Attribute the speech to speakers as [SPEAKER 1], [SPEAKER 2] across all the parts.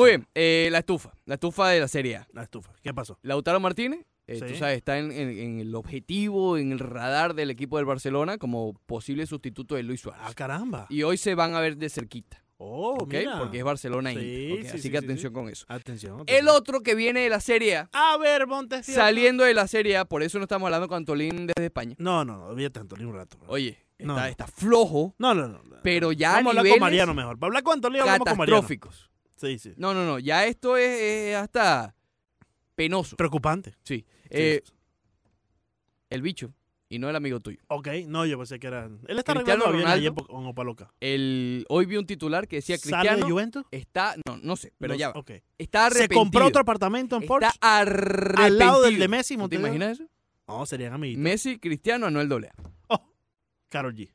[SPEAKER 1] Muy bien, eh, la estufa, la estufa de la Serie A.
[SPEAKER 2] La estufa. ¿Qué pasó?
[SPEAKER 1] Lautaro Martínez, eh, tú
[SPEAKER 2] Sí.
[SPEAKER 1] sabes, está en, en- en el objetivo, en el radar del equipo del Barcelona como posible sustituto de Luis Suárez.
[SPEAKER 2] Ah, caramba.
[SPEAKER 1] Y hoy se van a ver de cerquita,
[SPEAKER 2] Oh,
[SPEAKER 1] ¿ok?
[SPEAKER 2] mira.
[SPEAKER 1] Porque es Barcelona
[SPEAKER 2] Sí,
[SPEAKER 1] Inter, ¿ok?
[SPEAKER 2] sí,
[SPEAKER 1] Así
[SPEAKER 2] sí,
[SPEAKER 1] que
[SPEAKER 2] sí,
[SPEAKER 1] atención
[SPEAKER 2] sí.
[SPEAKER 1] con eso.
[SPEAKER 2] Atención.
[SPEAKER 1] El otro que viene de la Serie A,
[SPEAKER 2] A ver, Montes. tío.
[SPEAKER 1] saliendo de la Serie A, por eso no estamos hablando con Antolín desde España.
[SPEAKER 2] No, no, no. Olvídate, Antolín, un rato. bro.
[SPEAKER 1] Oye,
[SPEAKER 2] No,
[SPEAKER 1] está,
[SPEAKER 2] no.
[SPEAKER 1] está flojo,
[SPEAKER 2] No, no, no.
[SPEAKER 1] pero ya
[SPEAKER 2] Vamos a
[SPEAKER 1] a
[SPEAKER 2] hablar con
[SPEAKER 1] niveles
[SPEAKER 2] Mariano mejor. Para hablar con Antolín, hablamos con Mariano.
[SPEAKER 1] catastróficos.
[SPEAKER 2] Sí, sí.
[SPEAKER 1] No, no, no, ya esto es, es hasta penoso.
[SPEAKER 2] Preocupante. Sí,
[SPEAKER 1] Sí, eh,
[SPEAKER 2] sí, sí.
[SPEAKER 1] el bicho, y no el amigo tuyo.
[SPEAKER 2] Ok, no, yo pensé que era. Él está
[SPEAKER 1] Cristiano
[SPEAKER 2] arreglando bien
[SPEAKER 1] Ronaldo.
[SPEAKER 2] ayer con Opaloca.
[SPEAKER 1] El, hoy vi un titular que decía
[SPEAKER 2] ¿Sale de
[SPEAKER 1] Cristiano
[SPEAKER 2] Juventus?
[SPEAKER 1] está, no, no sé, pero
[SPEAKER 2] No,
[SPEAKER 1] ya va.
[SPEAKER 2] ok.
[SPEAKER 1] Está
[SPEAKER 2] Se
[SPEAKER 1] arrepentido.
[SPEAKER 2] compró otro apartamento en Porsche.
[SPEAKER 1] Está arrepentido.
[SPEAKER 2] Al lado del de Messi,
[SPEAKER 1] ¿No te
[SPEAKER 2] Montevideo.
[SPEAKER 1] imaginas eso?
[SPEAKER 2] No, serían amiguitos.
[SPEAKER 1] Messi, Cristiano, Anuel Doblea.
[SPEAKER 2] Carol G.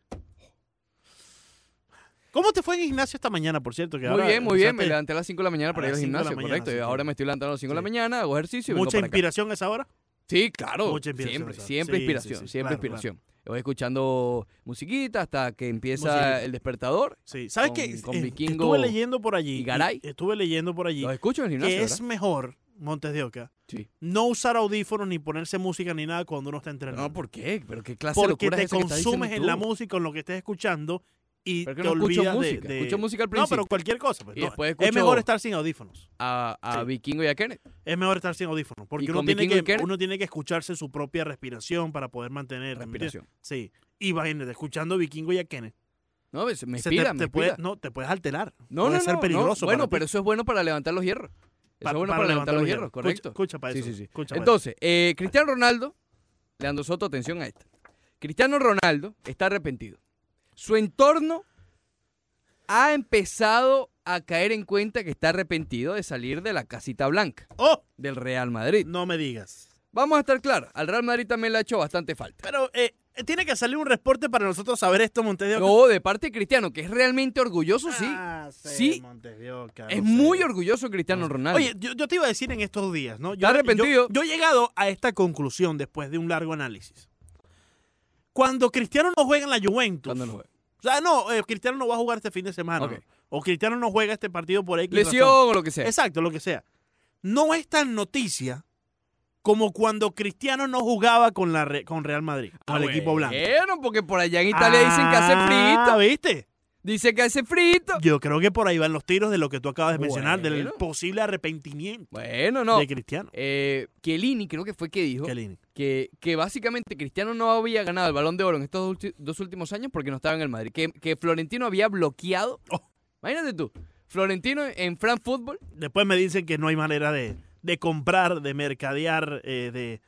[SPEAKER 2] ¿Cómo te fue en el gimnasio esta mañana, por cierto? Que
[SPEAKER 1] Muy
[SPEAKER 2] ahora
[SPEAKER 1] bien, muy bien. Me
[SPEAKER 2] empezaste
[SPEAKER 1] levanté a las 5 de la mañana
[SPEAKER 2] a
[SPEAKER 1] para ir
[SPEAKER 2] las
[SPEAKER 1] al
[SPEAKER 2] cinco de la
[SPEAKER 1] gimnasio,
[SPEAKER 2] mañana,
[SPEAKER 1] correcto.
[SPEAKER 2] así
[SPEAKER 1] Y
[SPEAKER 2] que-
[SPEAKER 1] ahora me estoy levantando a las 5 de la
[SPEAKER 2] Sí.
[SPEAKER 1] mañana, hago ejercicio y vengo
[SPEAKER 2] Mucha
[SPEAKER 1] para acá.
[SPEAKER 2] inspiración a esa hora.
[SPEAKER 1] Sí, claro.
[SPEAKER 2] Mucha inspiración,
[SPEAKER 1] siempre,
[SPEAKER 2] o sea,
[SPEAKER 1] siempre
[SPEAKER 2] sí, sí,
[SPEAKER 1] inspiración,
[SPEAKER 2] sí,
[SPEAKER 1] siempre
[SPEAKER 2] claro, claro.
[SPEAKER 1] inspiración. Voy escuchando musiquita hasta que empieza
[SPEAKER 2] Musiquita.
[SPEAKER 1] el despertador.
[SPEAKER 2] Sí. ¿Sabes
[SPEAKER 1] Con-
[SPEAKER 2] qué?
[SPEAKER 1] con
[SPEAKER 2] Eh,
[SPEAKER 1] Vikingo
[SPEAKER 2] Estuve leyendo por allí.
[SPEAKER 1] y Garay.
[SPEAKER 2] Estuve leyendo por allí.
[SPEAKER 1] Los escucho en el gimnasio,
[SPEAKER 2] Que es
[SPEAKER 1] ¿verdad?
[SPEAKER 2] mejor, Montes de Oca,
[SPEAKER 1] Sí.
[SPEAKER 2] no usar audífonos ni ponerse música ni nada cuando uno está entrenando.
[SPEAKER 1] No, ¿por qué? ¿Pero qué clase de
[SPEAKER 2] porque
[SPEAKER 1] locura
[SPEAKER 2] te
[SPEAKER 1] es esa que estás diciendo
[SPEAKER 2] consumes en la
[SPEAKER 1] tú?
[SPEAKER 2] música, en lo que estés escuchando y
[SPEAKER 1] Pero es que
[SPEAKER 2] te
[SPEAKER 1] no escucho
[SPEAKER 2] olvidas de-
[SPEAKER 1] música,
[SPEAKER 2] de...
[SPEAKER 1] escucho música al
[SPEAKER 2] No,
[SPEAKER 1] principio.
[SPEAKER 2] pero cualquier cosa. pues,
[SPEAKER 1] Y
[SPEAKER 2] no.
[SPEAKER 1] después
[SPEAKER 2] Es
[SPEAKER 1] escucho-
[SPEAKER 2] mejor estar sin audífonos.
[SPEAKER 1] a, a
[SPEAKER 2] Sí.
[SPEAKER 1] Vikingo y a Kenneth.
[SPEAKER 2] Es mejor estar sin audífonos. Porque
[SPEAKER 1] ¿Y
[SPEAKER 2] uno
[SPEAKER 1] con
[SPEAKER 2] tiene,
[SPEAKER 1] Vikingo y
[SPEAKER 2] que,
[SPEAKER 1] Kenneth?
[SPEAKER 2] uno tiene que escucharse su propia respiración para poder mantener. ¿me entiendes?
[SPEAKER 1] Respiración.
[SPEAKER 2] Sí. Y imagínate, escuchando Vikingo y a Kenneth.
[SPEAKER 1] No, ves, me
[SPEAKER 2] se
[SPEAKER 1] inspira,
[SPEAKER 2] te,
[SPEAKER 1] me
[SPEAKER 2] te puede-
[SPEAKER 1] inspira.
[SPEAKER 2] no, te puedes alterar.
[SPEAKER 1] No,
[SPEAKER 2] puede
[SPEAKER 1] no,
[SPEAKER 2] ser
[SPEAKER 1] no,
[SPEAKER 2] peligroso
[SPEAKER 1] no. Bueno,
[SPEAKER 2] para ti.
[SPEAKER 1] pero eso es bueno para levantar los hierros. Eso
[SPEAKER 2] Pa-
[SPEAKER 1] es bueno para, levantar los hierros,
[SPEAKER 2] hierros.
[SPEAKER 1] correcto.
[SPEAKER 2] Escucha, escucha para
[SPEAKER 1] Sí,
[SPEAKER 2] eso.
[SPEAKER 1] sí, sí.
[SPEAKER 2] escucha para eso.
[SPEAKER 1] Entonces, eh, Cristiano Ronaldo, Leandro Soto, atención a esta. Cristiano Ronaldo está arrepentido. Su entorno ha empezado a caer en cuenta que está arrepentido de salir de la casita blanca
[SPEAKER 2] ¡Oh!
[SPEAKER 1] del Real Madrid.
[SPEAKER 2] No me digas.
[SPEAKER 1] Vamos a estar claros, al Real Madrid también le ha hecho bastante falta.
[SPEAKER 2] Pero eh, tiene que salir un reporte para nosotros saber esto, Montes de Oca.
[SPEAKER 1] No, de parte de Cristiano, que es realmente orgulloso, sí.
[SPEAKER 2] Ah, sí,
[SPEAKER 1] Sí.
[SPEAKER 2] Montes de Oca,
[SPEAKER 1] Es
[SPEAKER 2] no
[SPEAKER 1] muy
[SPEAKER 2] sé.
[SPEAKER 1] orgulloso Cristiano Ronaldo.
[SPEAKER 2] Oye, yo, yo te iba a decir en estos días, ¿no? Yo,
[SPEAKER 1] Está arrepentido.
[SPEAKER 2] Yo, yo he llegado a esta conclusión después de un largo análisis. Cuando Cristiano no juega en la Juventus.
[SPEAKER 1] cuando no juega.
[SPEAKER 2] O sea, no, eh, Cristiano no va a jugar este fin de semana.
[SPEAKER 1] Ok.
[SPEAKER 2] ¿no? O Cristiano no juega este partido por X. razón.
[SPEAKER 1] lesión o lo que sea.
[SPEAKER 2] Exacto, lo que sea. No es tan noticia como cuando Cristiano no jugaba con, la Re- con Real Madrid, con
[SPEAKER 1] Ah,
[SPEAKER 2] el equipo blanco.
[SPEAKER 1] Bueno, porque por allá en Italia dicen que hace
[SPEAKER 2] Ah,
[SPEAKER 1] frito.
[SPEAKER 2] ¿viste?
[SPEAKER 1] Dicen que hace frito.
[SPEAKER 2] Yo creo que por ahí van los tiros de lo que tú acabas de mencionar, del
[SPEAKER 1] Bueno.
[SPEAKER 2] posible arrepentimiento
[SPEAKER 1] Bueno, no.
[SPEAKER 2] de Cristiano.
[SPEAKER 1] Eh, Chiellini creo que fue que dijo
[SPEAKER 2] Chiellini.
[SPEAKER 1] que, que básicamente Cristiano no había ganado el Balón de Oro en estos ulti- dos últimos años porque no estaba en el Madrid. Que, que Florentino había bloqueado.
[SPEAKER 2] Oh.
[SPEAKER 1] Imagínate tú. Florentino en Fran Fútbol.
[SPEAKER 2] Después me dicen que no hay manera de, de comprar, de mercadear, eh, de...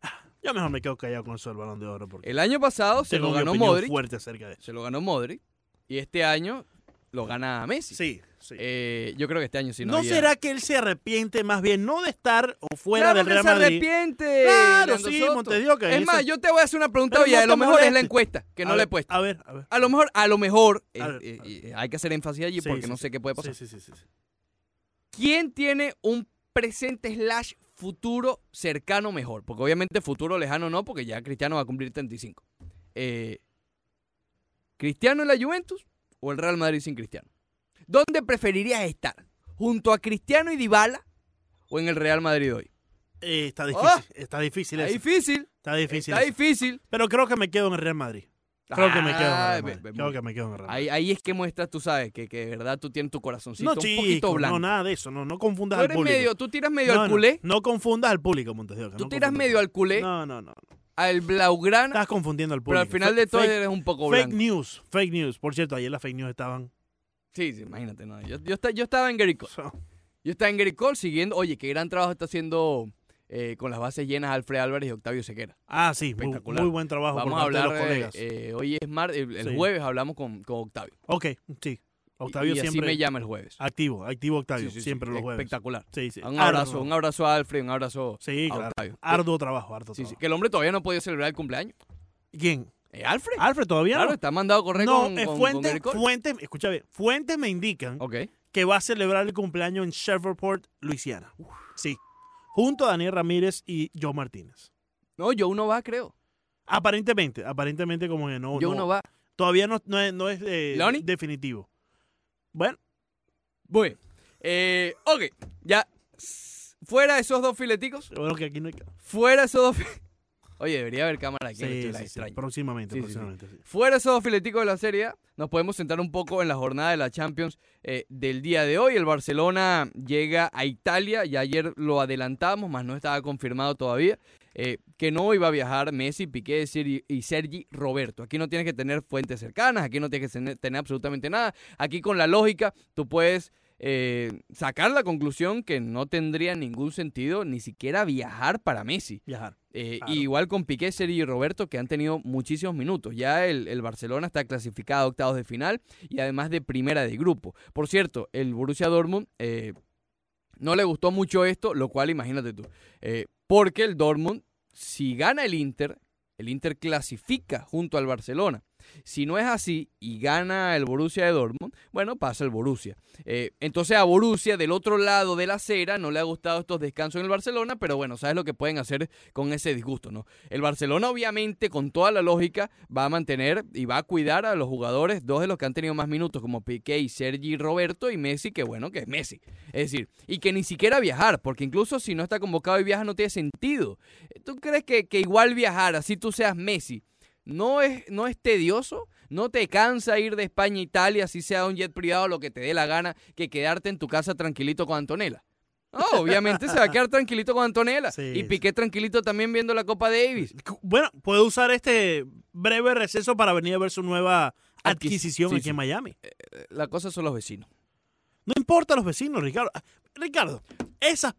[SPEAKER 2] Ah, Yo mejor me quedo callado con eso del Balón de Oro porque
[SPEAKER 1] El año pasado se
[SPEAKER 2] tengo
[SPEAKER 1] lo
[SPEAKER 2] mi
[SPEAKER 1] Eh, ganó
[SPEAKER 2] opinión
[SPEAKER 1] Modric.
[SPEAKER 2] fuerte acerca de eso.
[SPEAKER 1] Se lo ganó Modric. Y este año lo gana Messi.
[SPEAKER 2] Sí, sí.
[SPEAKER 1] Eh, yo creo que este año sí no
[SPEAKER 2] ¿No
[SPEAKER 1] había-
[SPEAKER 2] será que él se arrepiente más bien no de estar o fuera
[SPEAKER 1] Claro
[SPEAKER 2] del
[SPEAKER 1] que
[SPEAKER 2] Real
[SPEAKER 1] se
[SPEAKER 2] Madrid?
[SPEAKER 1] arrepiente.
[SPEAKER 2] Claro,
[SPEAKER 1] Leandro
[SPEAKER 2] sí,
[SPEAKER 1] Soto.
[SPEAKER 2] Montedioca,
[SPEAKER 1] Es
[SPEAKER 2] eso-
[SPEAKER 1] más, yo te voy a hacer una pregunta
[SPEAKER 2] Pero
[SPEAKER 1] hoy.
[SPEAKER 2] no
[SPEAKER 1] a lo
[SPEAKER 2] te
[SPEAKER 1] mejor es la
[SPEAKER 2] molestes.
[SPEAKER 1] encuesta que no
[SPEAKER 2] A
[SPEAKER 1] le he
[SPEAKER 2] ver,
[SPEAKER 1] puesto.
[SPEAKER 2] A ver, a ver.
[SPEAKER 1] A lo mejor, a lo mejor,
[SPEAKER 2] A
[SPEAKER 1] eh,
[SPEAKER 2] ver,
[SPEAKER 1] eh,
[SPEAKER 2] a ver.
[SPEAKER 1] eh, hay que hacer énfasis allí
[SPEAKER 2] Sí,
[SPEAKER 1] porque
[SPEAKER 2] sí,
[SPEAKER 1] no
[SPEAKER 2] sí.
[SPEAKER 1] sé qué puede pasar.
[SPEAKER 2] Sí, sí, sí, sí, sí.
[SPEAKER 1] ¿Quién tiene un presente slash futuro cercano mejor? Porque obviamente futuro lejano no, porque ya Cristiano va a cumplir 35. Eh, ¿Cristiano en la Juventus o el Real Madrid sin Cristiano? ¿Dónde preferirías estar? ¿Junto a Cristiano y Dybala o en el Real Madrid hoy?
[SPEAKER 2] Eh, está
[SPEAKER 1] Ah.
[SPEAKER 2] difícil, está difícil
[SPEAKER 1] Está
[SPEAKER 2] eso.
[SPEAKER 1] difícil,
[SPEAKER 2] Está difícil.
[SPEAKER 1] está
[SPEAKER 2] eso.
[SPEAKER 1] difícil.
[SPEAKER 2] Pero creo que me quedo en el Real Madrid. Creo que me quedo en el
[SPEAKER 1] Ah,
[SPEAKER 2] Real
[SPEAKER 1] ve-
[SPEAKER 2] Madrid.
[SPEAKER 1] ve-
[SPEAKER 2] Creo que me quedo en el Real
[SPEAKER 1] Ahí,
[SPEAKER 2] Madrid.
[SPEAKER 1] ahí es que muestras, tú sabes, que, que de verdad tú tienes tu corazoncito
[SPEAKER 2] no,
[SPEAKER 1] un
[SPEAKER 2] chico,
[SPEAKER 1] poquito blanco.
[SPEAKER 2] no, nada de eso. No, no
[SPEAKER 1] tú,
[SPEAKER 2] confundas al
[SPEAKER 1] eres
[SPEAKER 2] público.
[SPEAKER 1] medio, tú tiras medio
[SPEAKER 2] no,
[SPEAKER 1] al
[SPEAKER 2] no,
[SPEAKER 1] culé,
[SPEAKER 2] No, confundas al público, Montes de Oca,
[SPEAKER 1] tú
[SPEAKER 2] no
[SPEAKER 1] tiras
[SPEAKER 2] confundas.
[SPEAKER 1] medio al culé,
[SPEAKER 2] No, no, no.
[SPEAKER 1] al blaugrana,
[SPEAKER 2] Estás confundiendo al
[SPEAKER 1] pero
[SPEAKER 2] público.
[SPEAKER 1] al final de
[SPEAKER 2] Fe-
[SPEAKER 1] todo
[SPEAKER 2] fake-
[SPEAKER 1] eres un poco
[SPEAKER 2] Fake
[SPEAKER 1] blanco.
[SPEAKER 2] news, fake news. Por cierto, ayer las fake news estaban...
[SPEAKER 1] Sí, sí, imagínate. No. Yo, yo, esta- yo estaba en Gary Cole. Yo estaba en Gary Cole siguiendo, oye, qué gran trabajo está haciendo eh, con las bases llenas Alfred Álvarez y Octavio Sequera.
[SPEAKER 2] Ah, sí, muy,
[SPEAKER 1] Espectacular.
[SPEAKER 2] muy buen trabajo por
[SPEAKER 1] Vamos a
[SPEAKER 2] parte
[SPEAKER 1] hablar,
[SPEAKER 2] de
[SPEAKER 1] eh,
[SPEAKER 2] los colegas.
[SPEAKER 1] eh, hoy es martes, el, el
[SPEAKER 2] Sí.
[SPEAKER 1] jueves hablamos con, con Octavio.
[SPEAKER 2] ok,
[SPEAKER 1] Y-
[SPEAKER 2] sí. Octavio
[SPEAKER 1] y, así
[SPEAKER 2] siempre...
[SPEAKER 1] me llama el jueves.
[SPEAKER 2] Activo, activo Octavio,
[SPEAKER 1] Sí, sí, sí,
[SPEAKER 2] siempre los jueves.
[SPEAKER 1] Espectacular.
[SPEAKER 2] Sí, sí.
[SPEAKER 1] Un abrazo,
[SPEAKER 2] Arduo.
[SPEAKER 1] un abrazo a Alfred, un abrazo
[SPEAKER 2] Sí,
[SPEAKER 1] a
[SPEAKER 2] claro.
[SPEAKER 1] Octavio.
[SPEAKER 2] Arduo trabajo, arduo
[SPEAKER 1] Sí, sí,
[SPEAKER 2] trabajo.
[SPEAKER 1] que el hombre todavía no ha podido celebrar el cumpleaños.
[SPEAKER 2] ¿Quién?
[SPEAKER 1] Eh, Alfred.
[SPEAKER 2] ¿Alfred todavía
[SPEAKER 1] Claro,
[SPEAKER 2] no?
[SPEAKER 1] está mandado a correr
[SPEAKER 2] Ah, no,
[SPEAKER 1] con,
[SPEAKER 2] eh,
[SPEAKER 1] con, con
[SPEAKER 2] fuentes,
[SPEAKER 1] Gary Cole.
[SPEAKER 2] fuentes, escúchame, fuentes me indican
[SPEAKER 1] Ok.
[SPEAKER 2] que va a celebrar el cumpleaños en Shreveport, Luisiana. Sí, junto a Daniel Ramírez y Joe Martínez.
[SPEAKER 1] No, yo uno va, creo.
[SPEAKER 2] Aparentemente, aparentemente como que no,
[SPEAKER 1] yo
[SPEAKER 2] no-
[SPEAKER 1] uno va.
[SPEAKER 2] todavía no, no es, no es, eh,
[SPEAKER 1] ¿Lonnie?
[SPEAKER 2] definitivo. Bueno,
[SPEAKER 1] Bueno, Eh, ok, ya. s- Fuera esos dos fileticos.
[SPEAKER 2] Qué Bueno, que aquí no hay. ca-
[SPEAKER 1] Fuera esos dos. fi- Oye, debería haber cámara aquí.
[SPEAKER 2] Sí,
[SPEAKER 1] en este
[SPEAKER 2] sí,
[SPEAKER 1] live,
[SPEAKER 2] sí,
[SPEAKER 1] extraño.
[SPEAKER 2] Próximamente,
[SPEAKER 1] Sí, sí, sí.
[SPEAKER 2] próximamente. sí.
[SPEAKER 1] Fuera esos dos fileticos de la Serie A, nos podemos sentar un poco en la jornada de la Champions eh, del día de hoy. El Barcelona llega a Italia, ya ayer lo adelantamos, más no estaba confirmado todavía, eh, que no iba a viajar Messi, Piqué Siri- y Sergi Roberto. Aquí no tienes que tener fuentes cercanas, aquí no tienes que tener, tener absolutamente nada. Aquí con la lógica tú puedes eh, sacar la conclusión que no tendría ningún sentido ni siquiera viajar para Messi.
[SPEAKER 2] Viajar.
[SPEAKER 1] Eh,
[SPEAKER 2] Claro.
[SPEAKER 1] y igual con Piqué, Sergi y Roberto, que han tenido muchísimos minutos. Ya el, el Barcelona está clasificado a octavos de final y además de primera de grupo. Por cierto, el Borussia Dortmund eh, no le gustó mucho esto, lo cual imagínate tú. Eh, porque el Dortmund, si gana el Inter, el Inter clasifica junto al Barcelona. Si no es así y gana el Borussia de Dortmund, bueno, pasa el Borussia. Eh, entonces a Borussia del otro lado de la acera no le ha gustado estos descansos en el Barcelona, pero bueno, sabes lo que pueden hacer con ese disgusto, ¿no? El Barcelona obviamente con toda la lógica va a mantener y va a cuidar a los jugadores, dos de los que han tenido más minutos como Piqué y Sergi Roberto y Messi, que bueno, que es Messi. Es decir, y que ni siquiera viajar, porque incluso si no está convocado y viaja no tiene sentido. ¿Tú crees que, que igual viajar, así tú seas Messi, no es, no es tedioso? ¿No te cansa ir de España a Italia, así sea un jet privado, lo que te dé la gana, que quedarte en tu casa tranquilito con Antonella? No, obviamente se va a quedar tranquilito con Antonella.
[SPEAKER 2] Sí,
[SPEAKER 1] y
[SPEAKER 2] sí.
[SPEAKER 1] Piqué tranquilito también viendo la Copa Davis.
[SPEAKER 2] Cu- Bueno, puedo usar este breve receso para venir a ver su nueva
[SPEAKER 1] Adquis-
[SPEAKER 2] adquisición
[SPEAKER 1] sí,
[SPEAKER 2] aquí
[SPEAKER 1] sí.
[SPEAKER 2] en Miami.
[SPEAKER 1] Eh, La cosa son los vecinos.
[SPEAKER 2] No importa los vecinos, Ricardo. Ah, Ricardo, esas.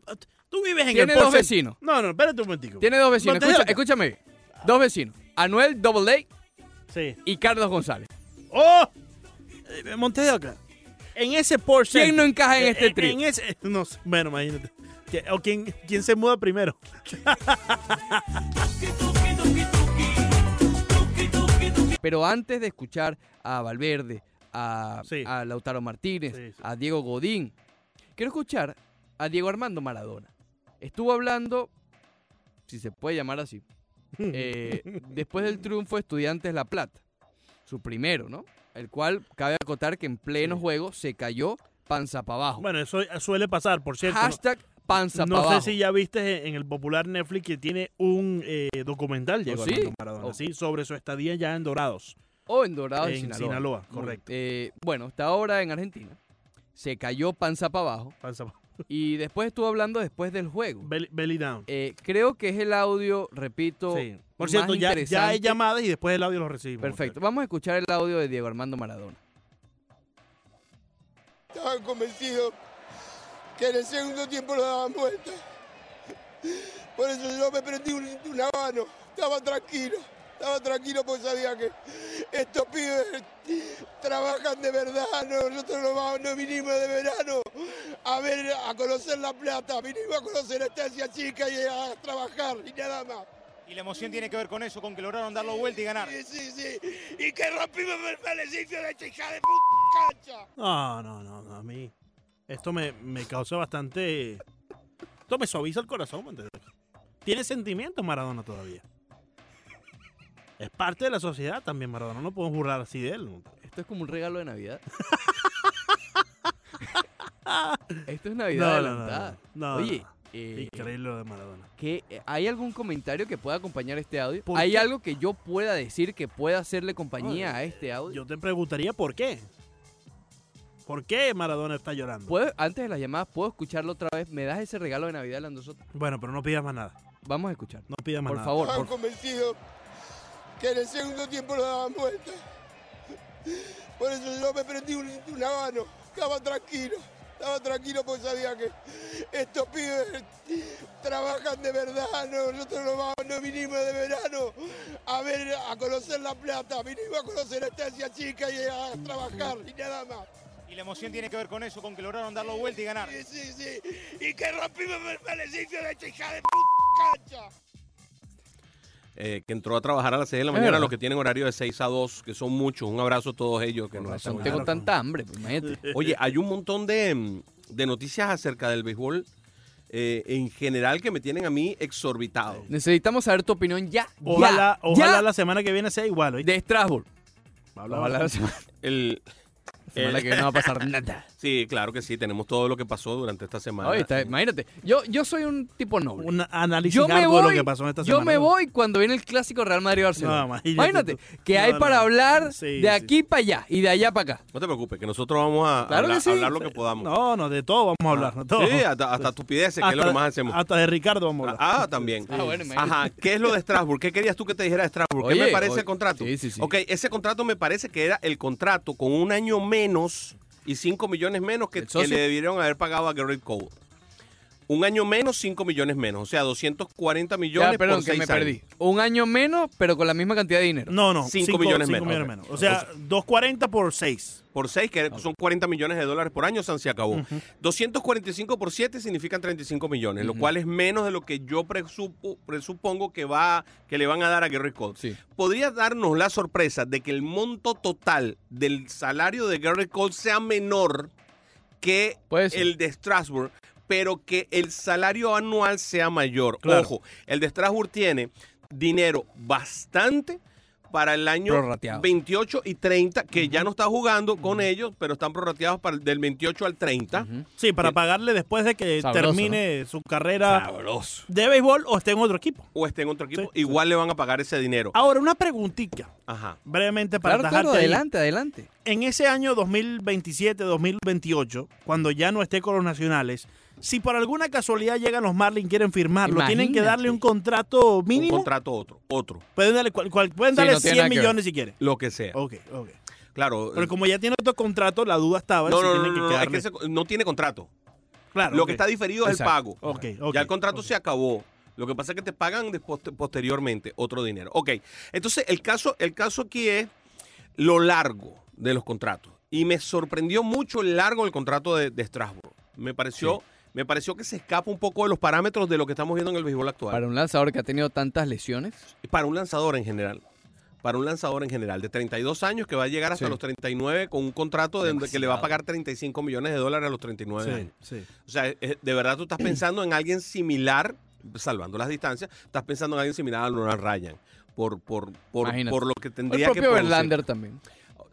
[SPEAKER 2] Tú vives en
[SPEAKER 1] Tiene
[SPEAKER 2] el
[SPEAKER 1] dos
[SPEAKER 2] porcent-
[SPEAKER 1] vecinos.
[SPEAKER 2] No, no, espérate un momentico.
[SPEAKER 1] Tiene dos vecinos.
[SPEAKER 2] Montes de
[SPEAKER 1] Escucha-
[SPEAKER 2] Oca.
[SPEAKER 1] escúchame. bien. Dos vecinos. Anuel Double A
[SPEAKER 2] Sí.
[SPEAKER 1] y Carlos González.
[SPEAKER 2] ¡Oh! Eh, Montes de Oca. En ese Porsche. Eh,
[SPEAKER 1] ¿Quién no encaja en este trío?
[SPEAKER 2] En ese. No sé. Bueno, imagínate. Que- O quién, quién se muda primero.
[SPEAKER 1] Pero antes de escuchar a Valverde, a,
[SPEAKER 2] Sí.
[SPEAKER 1] a Lautaro Martínez,
[SPEAKER 2] Sí, sí.
[SPEAKER 1] a Diego Godín, quiero escuchar a Diego Armando Maradona. Estuvo hablando, si se puede llamar así, eh, después del triunfo de Estudiantes La Plata, su primero, ¿no? El cual cabe acotar que en pleno
[SPEAKER 2] Sí.
[SPEAKER 1] juego se cayó panza para abajo.
[SPEAKER 2] Bueno, eso suele pasar, por cierto. ¿no?
[SPEAKER 1] Hashtag panza
[SPEAKER 2] No
[SPEAKER 1] para abajo.
[SPEAKER 2] sé si ya viste en el popular Netflix que tiene un eh, documental, Diego
[SPEAKER 1] ¿Oh, sí?
[SPEAKER 2] Armando Maradona,
[SPEAKER 1] Oh.
[SPEAKER 2] sí, sobre su estadía ya en Dorados,
[SPEAKER 1] O en Dorado de
[SPEAKER 2] en Sinaloa.
[SPEAKER 1] Sinaloa.
[SPEAKER 2] correcto.
[SPEAKER 1] Eh, bueno, está ahora en Argentina. Se cayó panza para abajo.
[SPEAKER 2] Panza pa-
[SPEAKER 1] Y después estuvo hablando después del juego.
[SPEAKER 2] belly, belly down.
[SPEAKER 1] Eh, creo que es el audio, repito.
[SPEAKER 2] Sí. Por
[SPEAKER 1] más
[SPEAKER 2] cierto, ya, ya hay
[SPEAKER 1] interesante.
[SPEAKER 2] llamadas y después el audio lo recibimos.
[SPEAKER 1] Perfecto. Vamos a escuchar el audio de Diego Armando Maradona.
[SPEAKER 3] Estaban convencidos que en el segundo tiempo lo daban vuelta. Por eso yo me prendí un, un habano. Estaba tranquilo. Estaba tranquilo porque sabía que estos pibes trabajan de verdad. No, Nosotros no, vamos- no vinimos de verano a ver, a conocer La Plata. Vinimos a conocer a Estancia Chica y a trabajar y nada más.
[SPEAKER 4] Y la emoción tiene que ver con eso, con que lograron darlo vuelta y ganar.
[SPEAKER 3] Sí, sí, sí. Y que rompimos el maleficio de esta hija de puta cancha.
[SPEAKER 2] No, no, no, no, a mí. Esto me, me causa bastante. Esto me suaviza el corazón, ¿me entiendes? Tiene sentimientos Maradona todavía. Es parte de la sociedad también, Maradona. No podemos burlar así de él. ¿no?
[SPEAKER 1] Esto es como un regalo de Navidad. Esto es
[SPEAKER 2] No,
[SPEAKER 1] Navidad
[SPEAKER 2] no, no,
[SPEAKER 1] adelantada.
[SPEAKER 2] no, no, Ah,
[SPEAKER 1] Oye,
[SPEAKER 2] no.
[SPEAKER 1] eh,
[SPEAKER 2] Increíble lo de Maradona.
[SPEAKER 1] ¿qué- eh, ¿hay algún comentario que pueda acompañar este audio?
[SPEAKER 2] ¿Por
[SPEAKER 1] ¿Hay
[SPEAKER 2] qué?
[SPEAKER 1] algo que yo pueda decir que pueda hacerle compañía
[SPEAKER 2] No,
[SPEAKER 1] a este audio?
[SPEAKER 2] Yo te preguntaría por qué. ¿Por qué Maradona está llorando?
[SPEAKER 1] ¿Puedo- antes de las llamadas, ¿puedo escucharlo otra vez? ¿Me das ese regalo de Navidad, Lando Soto?
[SPEAKER 2] Bueno, pero no pidas más nada.
[SPEAKER 1] Vamos a escuchar.
[SPEAKER 2] No pidas más
[SPEAKER 1] Por
[SPEAKER 2] nada.
[SPEAKER 1] favor,
[SPEAKER 3] Estaban
[SPEAKER 1] por
[SPEAKER 3] convencidos que en el segundo tiempo lo daban vuelta. Por eso yo me prendí un, un habano. Estaba tranquilo. Estaba tranquilo porque sabía que estos pibes trabajan de verdad. No, nosotros no, vamos- no vinimos de verano a ver, a conocer La Plata. Vinimos a conocer a Estancia Chica y a trabajar y nada más.
[SPEAKER 4] Y la emoción tiene que ver con eso, con que lograron darlo vuelta y ganar.
[SPEAKER 3] Sí, sí, sí. Y que rompimos el maleficio de esta hija de puta cancha.
[SPEAKER 5] eh, que entró a trabajar a las 6 de la
[SPEAKER 1] Es
[SPEAKER 5] mañana,
[SPEAKER 1] verdad.
[SPEAKER 5] los que tienen horario de 6 a 2, que son muchos. Un abrazo a todos ellos que
[SPEAKER 2] Con
[SPEAKER 5] nos
[SPEAKER 2] razón,
[SPEAKER 5] están
[SPEAKER 1] tengo
[SPEAKER 2] Claro,
[SPEAKER 1] tanta hambre, pues, imagínate.
[SPEAKER 5] Oye, hay un montón de, mm, de noticias acerca del béisbol eh, en general que me tienen a mí exorbitado.
[SPEAKER 1] Necesitamos saber tu opinión ya.
[SPEAKER 2] Ojalá,
[SPEAKER 1] ya,
[SPEAKER 2] ojalá
[SPEAKER 1] ya,
[SPEAKER 2] la semana que viene sea igual. ¿oíste?
[SPEAKER 1] de Strasbourg.
[SPEAKER 2] Hablaba-
[SPEAKER 1] Ojalá la semana-
[SPEAKER 5] El,
[SPEAKER 1] semana que viene no va a pasar nada.
[SPEAKER 5] Sí, claro que sí, tenemos todo lo que pasó durante esta semana.
[SPEAKER 1] Ahí está, imagínate, yo, yo soy un tipo noble.
[SPEAKER 2] Un análisis
[SPEAKER 1] Yo me
[SPEAKER 2] largo de
[SPEAKER 1] voy,
[SPEAKER 2] lo que pasó en esta
[SPEAKER 1] yo
[SPEAKER 2] semana. uh.
[SPEAKER 1] me voy cuando viene el clásico Real Madrid-Barcelona.
[SPEAKER 2] No, imagínate
[SPEAKER 1] imagínate,
[SPEAKER 2] tú.
[SPEAKER 1] que
[SPEAKER 2] No,
[SPEAKER 1] hay
[SPEAKER 2] no,
[SPEAKER 1] para
[SPEAKER 2] no.
[SPEAKER 1] hablar
[SPEAKER 2] Sí,
[SPEAKER 1] de
[SPEAKER 2] sí.
[SPEAKER 1] aquí para allá y de allá para acá.
[SPEAKER 5] No te preocupes, que nosotros vamos a
[SPEAKER 1] Claro
[SPEAKER 5] hablar,
[SPEAKER 1] que sí.
[SPEAKER 5] hablar lo que podamos.
[SPEAKER 2] No, no, de todo vamos a
[SPEAKER 1] Ah.
[SPEAKER 2] hablar. de todo.
[SPEAKER 5] Sí, hasta, hasta estupideces, que es lo que más hacemos.
[SPEAKER 2] Hasta de Ricardo vamos a hablar.
[SPEAKER 5] Ah, también.
[SPEAKER 1] Ah, bueno, imagínate.
[SPEAKER 5] Ajá, ¿qué es lo de Strasbourg? ¿Qué querías tú que te dijera de Strasbourg? ¿Qué
[SPEAKER 1] Oye,
[SPEAKER 5] me parece
[SPEAKER 1] oye,
[SPEAKER 5] el contrato?
[SPEAKER 1] sí, sí, sí.
[SPEAKER 5] Ok, ese contrato me parece que era el contrato con un año menos y 5 millones menos que,
[SPEAKER 1] ¿El
[SPEAKER 5] que
[SPEAKER 1] socio?
[SPEAKER 5] le debieron haber pagado a Garrett Cole. Un año menos, 5 millones menos. O sea, 240 millones
[SPEAKER 1] ya, perdón,
[SPEAKER 5] por
[SPEAKER 1] que
[SPEAKER 5] seis
[SPEAKER 1] me
[SPEAKER 5] años.
[SPEAKER 1] perdí. Un año menos, pero con la misma cantidad de dinero.
[SPEAKER 2] No, no.
[SPEAKER 5] Cinco
[SPEAKER 2] cinco-
[SPEAKER 5] millones
[SPEAKER 2] cinco
[SPEAKER 5] menos.
[SPEAKER 2] millones
[SPEAKER 5] Ok.
[SPEAKER 2] menos. O sea, 2.40 por 6.
[SPEAKER 5] Por 6, que son 40 millones de dólares por año, San se acabó. 245 por 7 significan 35 millones, lo
[SPEAKER 1] Ujú.
[SPEAKER 5] cual es menos de lo que yo presupo- presupongo que, va, que le van a dar a Gary Cole.
[SPEAKER 1] Sí.
[SPEAKER 5] podría darnos la sorpresa de que el monto total del salario de Gary Cole sea menor que
[SPEAKER 1] Puede ser.
[SPEAKER 5] el de Strasbourg, pero que el salario anual sea mayor.
[SPEAKER 2] Claro.
[SPEAKER 5] Ojo, el de Strasbourg tiene dinero bastante para el año
[SPEAKER 1] Prorrateado.
[SPEAKER 5] 28 y 30, que ya no está jugando con ellos, pero están prorrateados para el del 28 al 30.
[SPEAKER 1] Ujú.
[SPEAKER 2] Sí, para pagarle después de que
[SPEAKER 1] Sabroso,
[SPEAKER 2] termine su carrera
[SPEAKER 5] Sabroso.
[SPEAKER 2] de béisbol o esté en otro equipo.
[SPEAKER 5] O esté en otro equipo,
[SPEAKER 2] Sí, Ah,
[SPEAKER 5] igual le van a pagar ese dinero.
[SPEAKER 2] Ahora, una preguntita,
[SPEAKER 5] Ajá.
[SPEAKER 2] brevemente para
[SPEAKER 1] Claro, claro,
[SPEAKER 2] atajarte ahí.
[SPEAKER 1] adelante, adelante.
[SPEAKER 2] En ese año 2027-2028, cuando ya no esté con los nacionales, si por alguna casualidad llegan los Marlins y quieren firmarlo, tienen que
[SPEAKER 1] Imagínate.
[SPEAKER 2] darle un contrato
[SPEAKER 5] Un
[SPEAKER 2] mínimo.
[SPEAKER 5] contrato otro, otro,
[SPEAKER 2] Pueden darle, cual- cual- pueden
[SPEAKER 1] Sí, no
[SPEAKER 2] darle
[SPEAKER 1] tiene
[SPEAKER 2] 100
[SPEAKER 1] nada que
[SPEAKER 2] millones si quieren.
[SPEAKER 5] lo que sea.
[SPEAKER 2] Ok, ok.
[SPEAKER 5] Claro.
[SPEAKER 2] Oh. Pero como ya tiene otro contrato, la duda estaba.
[SPEAKER 5] No,
[SPEAKER 2] si
[SPEAKER 5] no, no,
[SPEAKER 2] tienen
[SPEAKER 5] no,
[SPEAKER 2] que
[SPEAKER 5] no, es
[SPEAKER 2] quedarle-
[SPEAKER 5] que ese- no tiene contrato.
[SPEAKER 2] Claro,
[SPEAKER 5] Lo
[SPEAKER 2] ok.
[SPEAKER 5] que está diferido es el
[SPEAKER 1] Exacto.
[SPEAKER 5] pago.
[SPEAKER 2] Ok, ok,
[SPEAKER 5] ya el contrato
[SPEAKER 2] ok.
[SPEAKER 5] se acabó. Lo que pasa es que te pagan de poste- posteriormente otro dinero. Ok, entonces el caso, el caso aquí es lo largo de los contratos. Y me sorprendió mucho el largo del contrato de, de Strasbourg. Me pareció, me pareció que se escapa un poco de los parámetros de lo que estamos viendo en el béisbol actual.
[SPEAKER 1] Para un lanzador que ha tenido tantas lesiones.
[SPEAKER 5] Para un lanzador en general. Para un lanzador en general de 32 años que va a llegar hasta
[SPEAKER 1] Sí.
[SPEAKER 5] los 39 con un contrato de donde que le va a pagar 35 millones de dólares a los 39 años.
[SPEAKER 2] Sí, sí.
[SPEAKER 5] O sea, eh, de verdad tú estás pensando en alguien similar, salvando las distancias, estás pensando en alguien similar a Nolan Ryan. Por, por, por,
[SPEAKER 1] Imagínate.
[SPEAKER 5] por lo
[SPEAKER 1] O
[SPEAKER 5] que
[SPEAKER 1] El
[SPEAKER 5] tendría que
[SPEAKER 1] propio
[SPEAKER 5] producir.
[SPEAKER 1] Verlander también.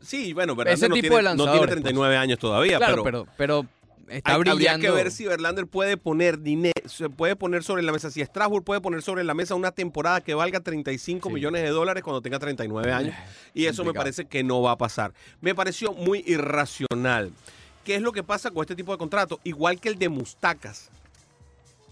[SPEAKER 5] Sí, bueno, Verlander
[SPEAKER 1] Ese
[SPEAKER 5] no,
[SPEAKER 1] tipo
[SPEAKER 5] tiene,
[SPEAKER 1] de
[SPEAKER 5] no tiene
[SPEAKER 1] lanzadores, pues.
[SPEAKER 5] 39 años todavía,
[SPEAKER 1] Claro,
[SPEAKER 5] pero,
[SPEAKER 1] pero, pero está
[SPEAKER 5] hay- habría
[SPEAKER 1] brillando.
[SPEAKER 5] que ver si Verlander puede poner dinero, se puede poner sobre la mesa, si Strasbourg puede poner sobre la mesa una temporada que valga 35
[SPEAKER 1] Sí. Eh,
[SPEAKER 5] millones de dólares cuando tenga 39 años. Y eso me
[SPEAKER 1] complicado.
[SPEAKER 5] parece que no va a pasar. Me pareció muy irracional. ¿Qué es lo que pasa con este tipo de contrato? Igual que el de Mustacas.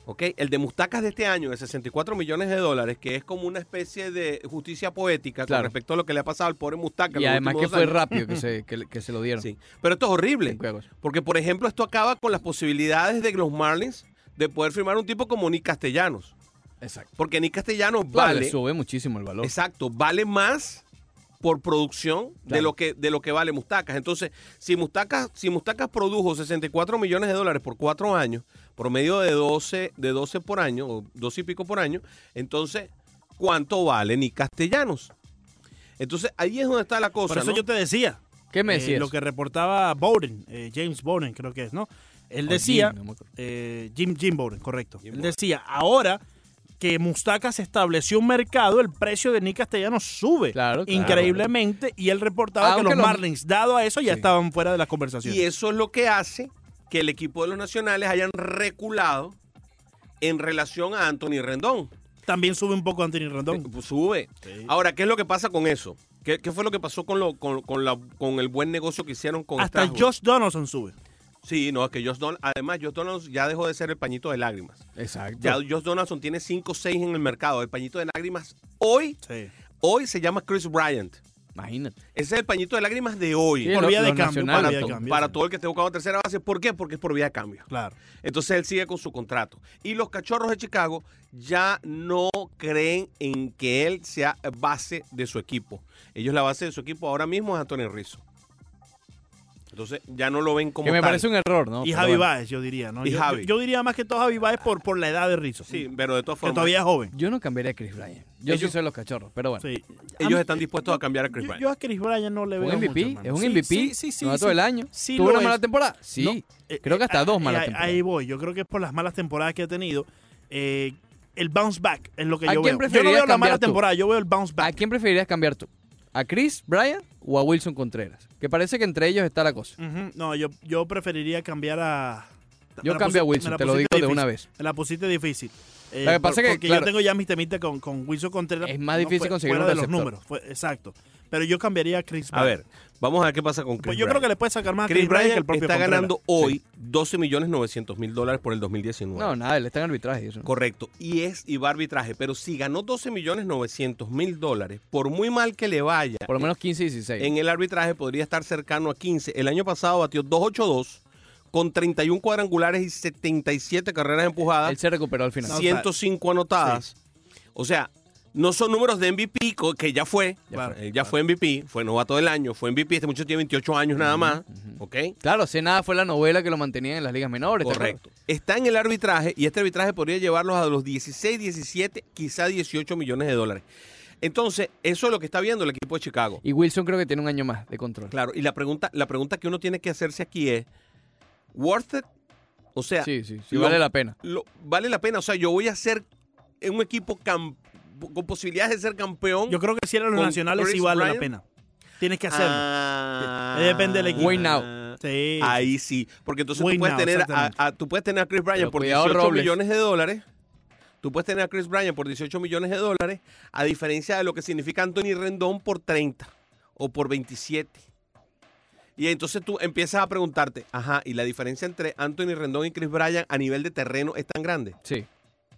[SPEAKER 5] ¿Ok? El de Mustacas de este año, de 64 millones de dólares, que es como una especie de justicia poética
[SPEAKER 1] Claro.
[SPEAKER 5] con respecto a lo que le ha pasado al pobre Mustacas.
[SPEAKER 1] Y
[SPEAKER 5] los
[SPEAKER 1] además que
[SPEAKER 5] últimos
[SPEAKER 1] fue
[SPEAKER 5] dos años.
[SPEAKER 1] rápido que se, que, que se lo dieron.
[SPEAKER 5] Sí. Pero esto es horrible.
[SPEAKER 1] Cinco de agosto.
[SPEAKER 5] Porque, por ejemplo, esto acaba con las posibilidades de los Marlins de poder firmar un tipo como Nick Castellanos.
[SPEAKER 1] Exacto.
[SPEAKER 5] Porque Nick Castellanos
[SPEAKER 1] Claro,
[SPEAKER 5] vale.
[SPEAKER 1] le sube muchísimo el valor.
[SPEAKER 5] Exacto, vale más por producción de
[SPEAKER 1] Claro.
[SPEAKER 5] lo que de lo que vale Mustacas. Entonces, si Mustacas, si Mustacas produjo 64 millones de dólares por cuatro años, promedio de 12, de 12 por año, o 12 y pico por año, entonces, ¿cuánto vale ni castellanos? Entonces, ahí es donde está la cosa.
[SPEAKER 2] Por eso
[SPEAKER 5] ¿no?
[SPEAKER 2] yo te decía.
[SPEAKER 1] ¿Qué me
[SPEAKER 2] eh,
[SPEAKER 1] decías?
[SPEAKER 2] lo que reportaba Bowden, eh, James Bowden creo que es, ¿no? Él
[SPEAKER 1] O
[SPEAKER 2] decía,
[SPEAKER 1] Jim, no me acuerdo.
[SPEAKER 2] eh, Jim, Jim Bowden, correcto.
[SPEAKER 5] Jim
[SPEAKER 2] Él
[SPEAKER 5] Bowden.
[SPEAKER 2] decía, ahora que Mustaka se estableció un mercado, el precio de Nick Castellanos sube
[SPEAKER 1] Claro, claro.
[SPEAKER 2] increíblemente y él reportaba
[SPEAKER 1] Aunque
[SPEAKER 2] que los
[SPEAKER 1] los-
[SPEAKER 2] Marlins, dado a eso, ya
[SPEAKER 1] Sí.
[SPEAKER 2] estaban fuera de la conversación.
[SPEAKER 5] Y eso es lo que hace que el equipo de los nacionales hayan reculado en relación a Anthony Rendón.
[SPEAKER 2] También sube un poco Anthony Rendón.
[SPEAKER 5] Pues sube.
[SPEAKER 2] Sí.
[SPEAKER 5] Ahora, ¿qué es lo que pasa con eso? ¿Qué, qué fue lo que pasó con, lo, con, con la- con el buen negocio que hicieron con
[SPEAKER 2] Hasta
[SPEAKER 5] Strasbourg?
[SPEAKER 2] Josh Donaldson sube.
[SPEAKER 5] Sí, no, es que Josh Donaldson, además Josh Donaldson ya dejó de ser el pañito de lágrimas.
[SPEAKER 1] Exacto.
[SPEAKER 5] Ya Josh Donaldson tiene 5 o 6 en el mercado. El pañito de lágrimas hoy,
[SPEAKER 2] Sí.
[SPEAKER 5] hoy se llama Chris Bryant.
[SPEAKER 1] Imagínate.
[SPEAKER 5] Ese es el pañito de lágrimas de hoy.
[SPEAKER 1] Sí,
[SPEAKER 2] Por
[SPEAKER 1] lo-
[SPEAKER 2] vía de
[SPEAKER 1] los
[SPEAKER 2] cambio, por
[SPEAKER 1] nacionales,
[SPEAKER 2] vía de
[SPEAKER 1] todo.
[SPEAKER 2] cambio.
[SPEAKER 5] para
[SPEAKER 2] sí.
[SPEAKER 5] todo el que esté buscando tercera base. ¿Por qué? Porque es por vía de cambio.
[SPEAKER 2] Claro.
[SPEAKER 5] Entonces él sigue con su contrato. Y los cachorros de Chicago ya no creen en que él sea base de su equipo. Ellos la base de su equipo ahora mismo es Antonio Rizzo. Entonces ya no lo ven como
[SPEAKER 1] Que me
[SPEAKER 5] tal.
[SPEAKER 1] parece un error, ¿no?
[SPEAKER 2] y
[SPEAKER 1] Pero
[SPEAKER 2] Javi
[SPEAKER 1] bueno.
[SPEAKER 2] Baez, yo diría, ¿no?
[SPEAKER 5] Y
[SPEAKER 2] yo,
[SPEAKER 5] Javi.
[SPEAKER 2] yo- yo diría más que todo Javi Baez por, por la edad de Rizzo.
[SPEAKER 5] Sí, pero de todas
[SPEAKER 2] que
[SPEAKER 5] formas,
[SPEAKER 2] todavía es joven.
[SPEAKER 1] Yo no cambiaré a Chris Bryant. Yo
[SPEAKER 2] Eh,
[SPEAKER 1] sí
[SPEAKER 5] Ellos-
[SPEAKER 1] soy los cachorros, pero bueno.
[SPEAKER 2] Sí. A
[SPEAKER 5] ellos
[SPEAKER 2] mí- eh,
[SPEAKER 5] están dispuestos a cambiar a Chris
[SPEAKER 2] yo,
[SPEAKER 5] Bryant.
[SPEAKER 2] yo a Chris Bryan no le
[SPEAKER 1] Un
[SPEAKER 2] veo
[SPEAKER 1] MVP,
[SPEAKER 2] mucho, hermano.
[SPEAKER 1] es un
[SPEAKER 2] Sí,
[SPEAKER 1] MVP,
[SPEAKER 2] sí, sí, sí,
[SPEAKER 1] novato
[SPEAKER 2] sí.
[SPEAKER 1] del año.
[SPEAKER 2] Sí
[SPEAKER 1] ¿Tuvo
[SPEAKER 2] lo
[SPEAKER 1] una
[SPEAKER 2] es.
[SPEAKER 1] mala temporada? Sí.
[SPEAKER 2] No, eh,
[SPEAKER 1] Creo que hasta
[SPEAKER 2] eh,
[SPEAKER 1] dos malas
[SPEAKER 2] ahí-
[SPEAKER 1] temporadas.
[SPEAKER 2] Ahí voy, yo creo que es por las malas temporadas que ha tenido. eh, el bounce back es lo que
[SPEAKER 1] ¿A
[SPEAKER 2] yo
[SPEAKER 1] quién
[SPEAKER 2] veo. Yo no
[SPEAKER 1] preferirías
[SPEAKER 2] veo la mala
[SPEAKER 1] cambiar tú?
[SPEAKER 2] temporada, yo veo el bounce
[SPEAKER 1] ¿A
[SPEAKER 2] back.
[SPEAKER 1] quién preferirías cambiar tú? ¿A ¿A Chris Bryant o a Wilson Contreras? Que parece que entre ellos está la cosa.
[SPEAKER 2] Ujú, No, yo, yo preferiría cambiar a.
[SPEAKER 1] Yo
[SPEAKER 2] me la
[SPEAKER 1] cambio a
[SPEAKER 2] pusi- me
[SPEAKER 1] Wilson,
[SPEAKER 2] la
[SPEAKER 1] te lo digo
[SPEAKER 2] pusiste
[SPEAKER 1] de una
[SPEAKER 2] difícil.
[SPEAKER 1] vez.
[SPEAKER 2] Me la pusiste difícil. Eh,
[SPEAKER 1] Lo que pasa
[SPEAKER 2] por-
[SPEAKER 1] es que,
[SPEAKER 2] porque
[SPEAKER 1] claro,
[SPEAKER 2] yo tengo ya mis temitas con, con Wilson Contreras.
[SPEAKER 1] es más
[SPEAKER 2] no,
[SPEAKER 1] difícil
[SPEAKER 2] fue-
[SPEAKER 1] conseguir
[SPEAKER 2] fuera
[SPEAKER 1] un
[SPEAKER 2] de los
[SPEAKER 1] receptor.
[SPEAKER 2] números. fue- exacto. Pero yo cambiaría a Chris
[SPEAKER 5] A ver, vamos a ver qué pasa con Chris
[SPEAKER 2] Pues yo creo
[SPEAKER 5] Bryant.
[SPEAKER 2] que le puede sacar más a
[SPEAKER 5] Chris Bryant
[SPEAKER 2] que el propio
[SPEAKER 5] está
[SPEAKER 2] Contreras.
[SPEAKER 5] ganando
[SPEAKER 2] Sí.
[SPEAKER 5] hoy 12 millones 900 mil dólares por el 2019.
[SPEAKER 1] No, nada, él está en arbitraje. y Eso.
[SPEAKER 5] Correcto. Y es y va a arbitraje. Pero si ganó 12 millones 900 mil dólares, por muy mal que le vaya
[SPEAKER 1] Por lo menos 15 y 16.
[SPEAKER 5] en el arbitraje, podría estar cercano a 15. El año pasado batió 282 con 31 cuadrangulares y 77 carreras empujadas,
[SPEAKER 1] él se recuperó al final.
[SPEAKER 2] No,
[SPEAKER 5] 105 anotadas. O sea, no son números de MVP, co- que ya fue.
[SPEAKER 1] Ya
[SPEAKER 5] Claro,
[SPEAKER 1] fue,
[SPEAKER 5] él ya fue MVP, fue novato del año, fue MVP. Este muchacho tiene 28 años nada más. ¿Ok?
[SPEAKER 1] Claro, sé nada fue la novela que lo mantenían en las ligas menores. ¿te acuerdas?
[SPEAKER 5] Correcto. Está en el arbitraje y este arbitraje podría llevarlos a los 16, 17, quizá 18 millones de dólares. Entonces, eso es lo que está viendo el equipo de Chicago.
[SPEAKER 1] Y Wilson creo que tiene un año más de control.
[SPEAKER 5] Claro, y la pregunta, la pregunta que uno tiene que hacerse aquí es, ¿worth it? O sea,
[SPEAKER 1] Sí, sí, sí.
[SPEAKER 5] lo-
[SPEAKER 1] Vale la pena.
[SPEAKER 5] lo- ¿vale la pena? O sea, yo voy a ser en un equipo cam- con posibilidades de ser campeón.
[SPEAKER 2] Yo creo que si eran los
[SPEAKER 5] ¿Con
[SPEAKER 2] nacionales sí
[SPEAKER 5] Chris
[SPEAKER 2] vale
[SPEAKER 5] Bryant?
[SPEAKER 2] la pena. Tienes que hacerlo.
[SPEAKER 5] Ah.
[SPEAKER 2] Eh, depende del equipo.
[SPEAKER 1] Win now.
[SPEAKER 2] Sí.
[SPEAKER 5] Ahí sí, porque entonces
[SPEAKER 2] Win
[SPEAKER 5] tú puedes,
[SPEAKER 2] now,
[SPEAKER 5] tener a,
[SPEAKER 2] exactamente.
[SPEAKER 5] a- tú puedes tener a Chris Bryant
[SPEAKER 1] Pero
[SPEAKER 5] por
[SPEAKER 1] cuidado,
[SPEAKER 5] 18
[SPEAKER 1] Robles.
[SPEAKER 5] millones de dólares. Tú puedes tener a Chris Bryant por 18 millones de dólares, a diferencia de lo que significa Anthony Rendón por 30 o por 27. Y entonces tú empiezas a preguntarte, ajá, ¿y la diferencia entre Anthony Rendón y Chris Bryant a nivel de terreno es tan grande
[SPEAKER 1] Sí.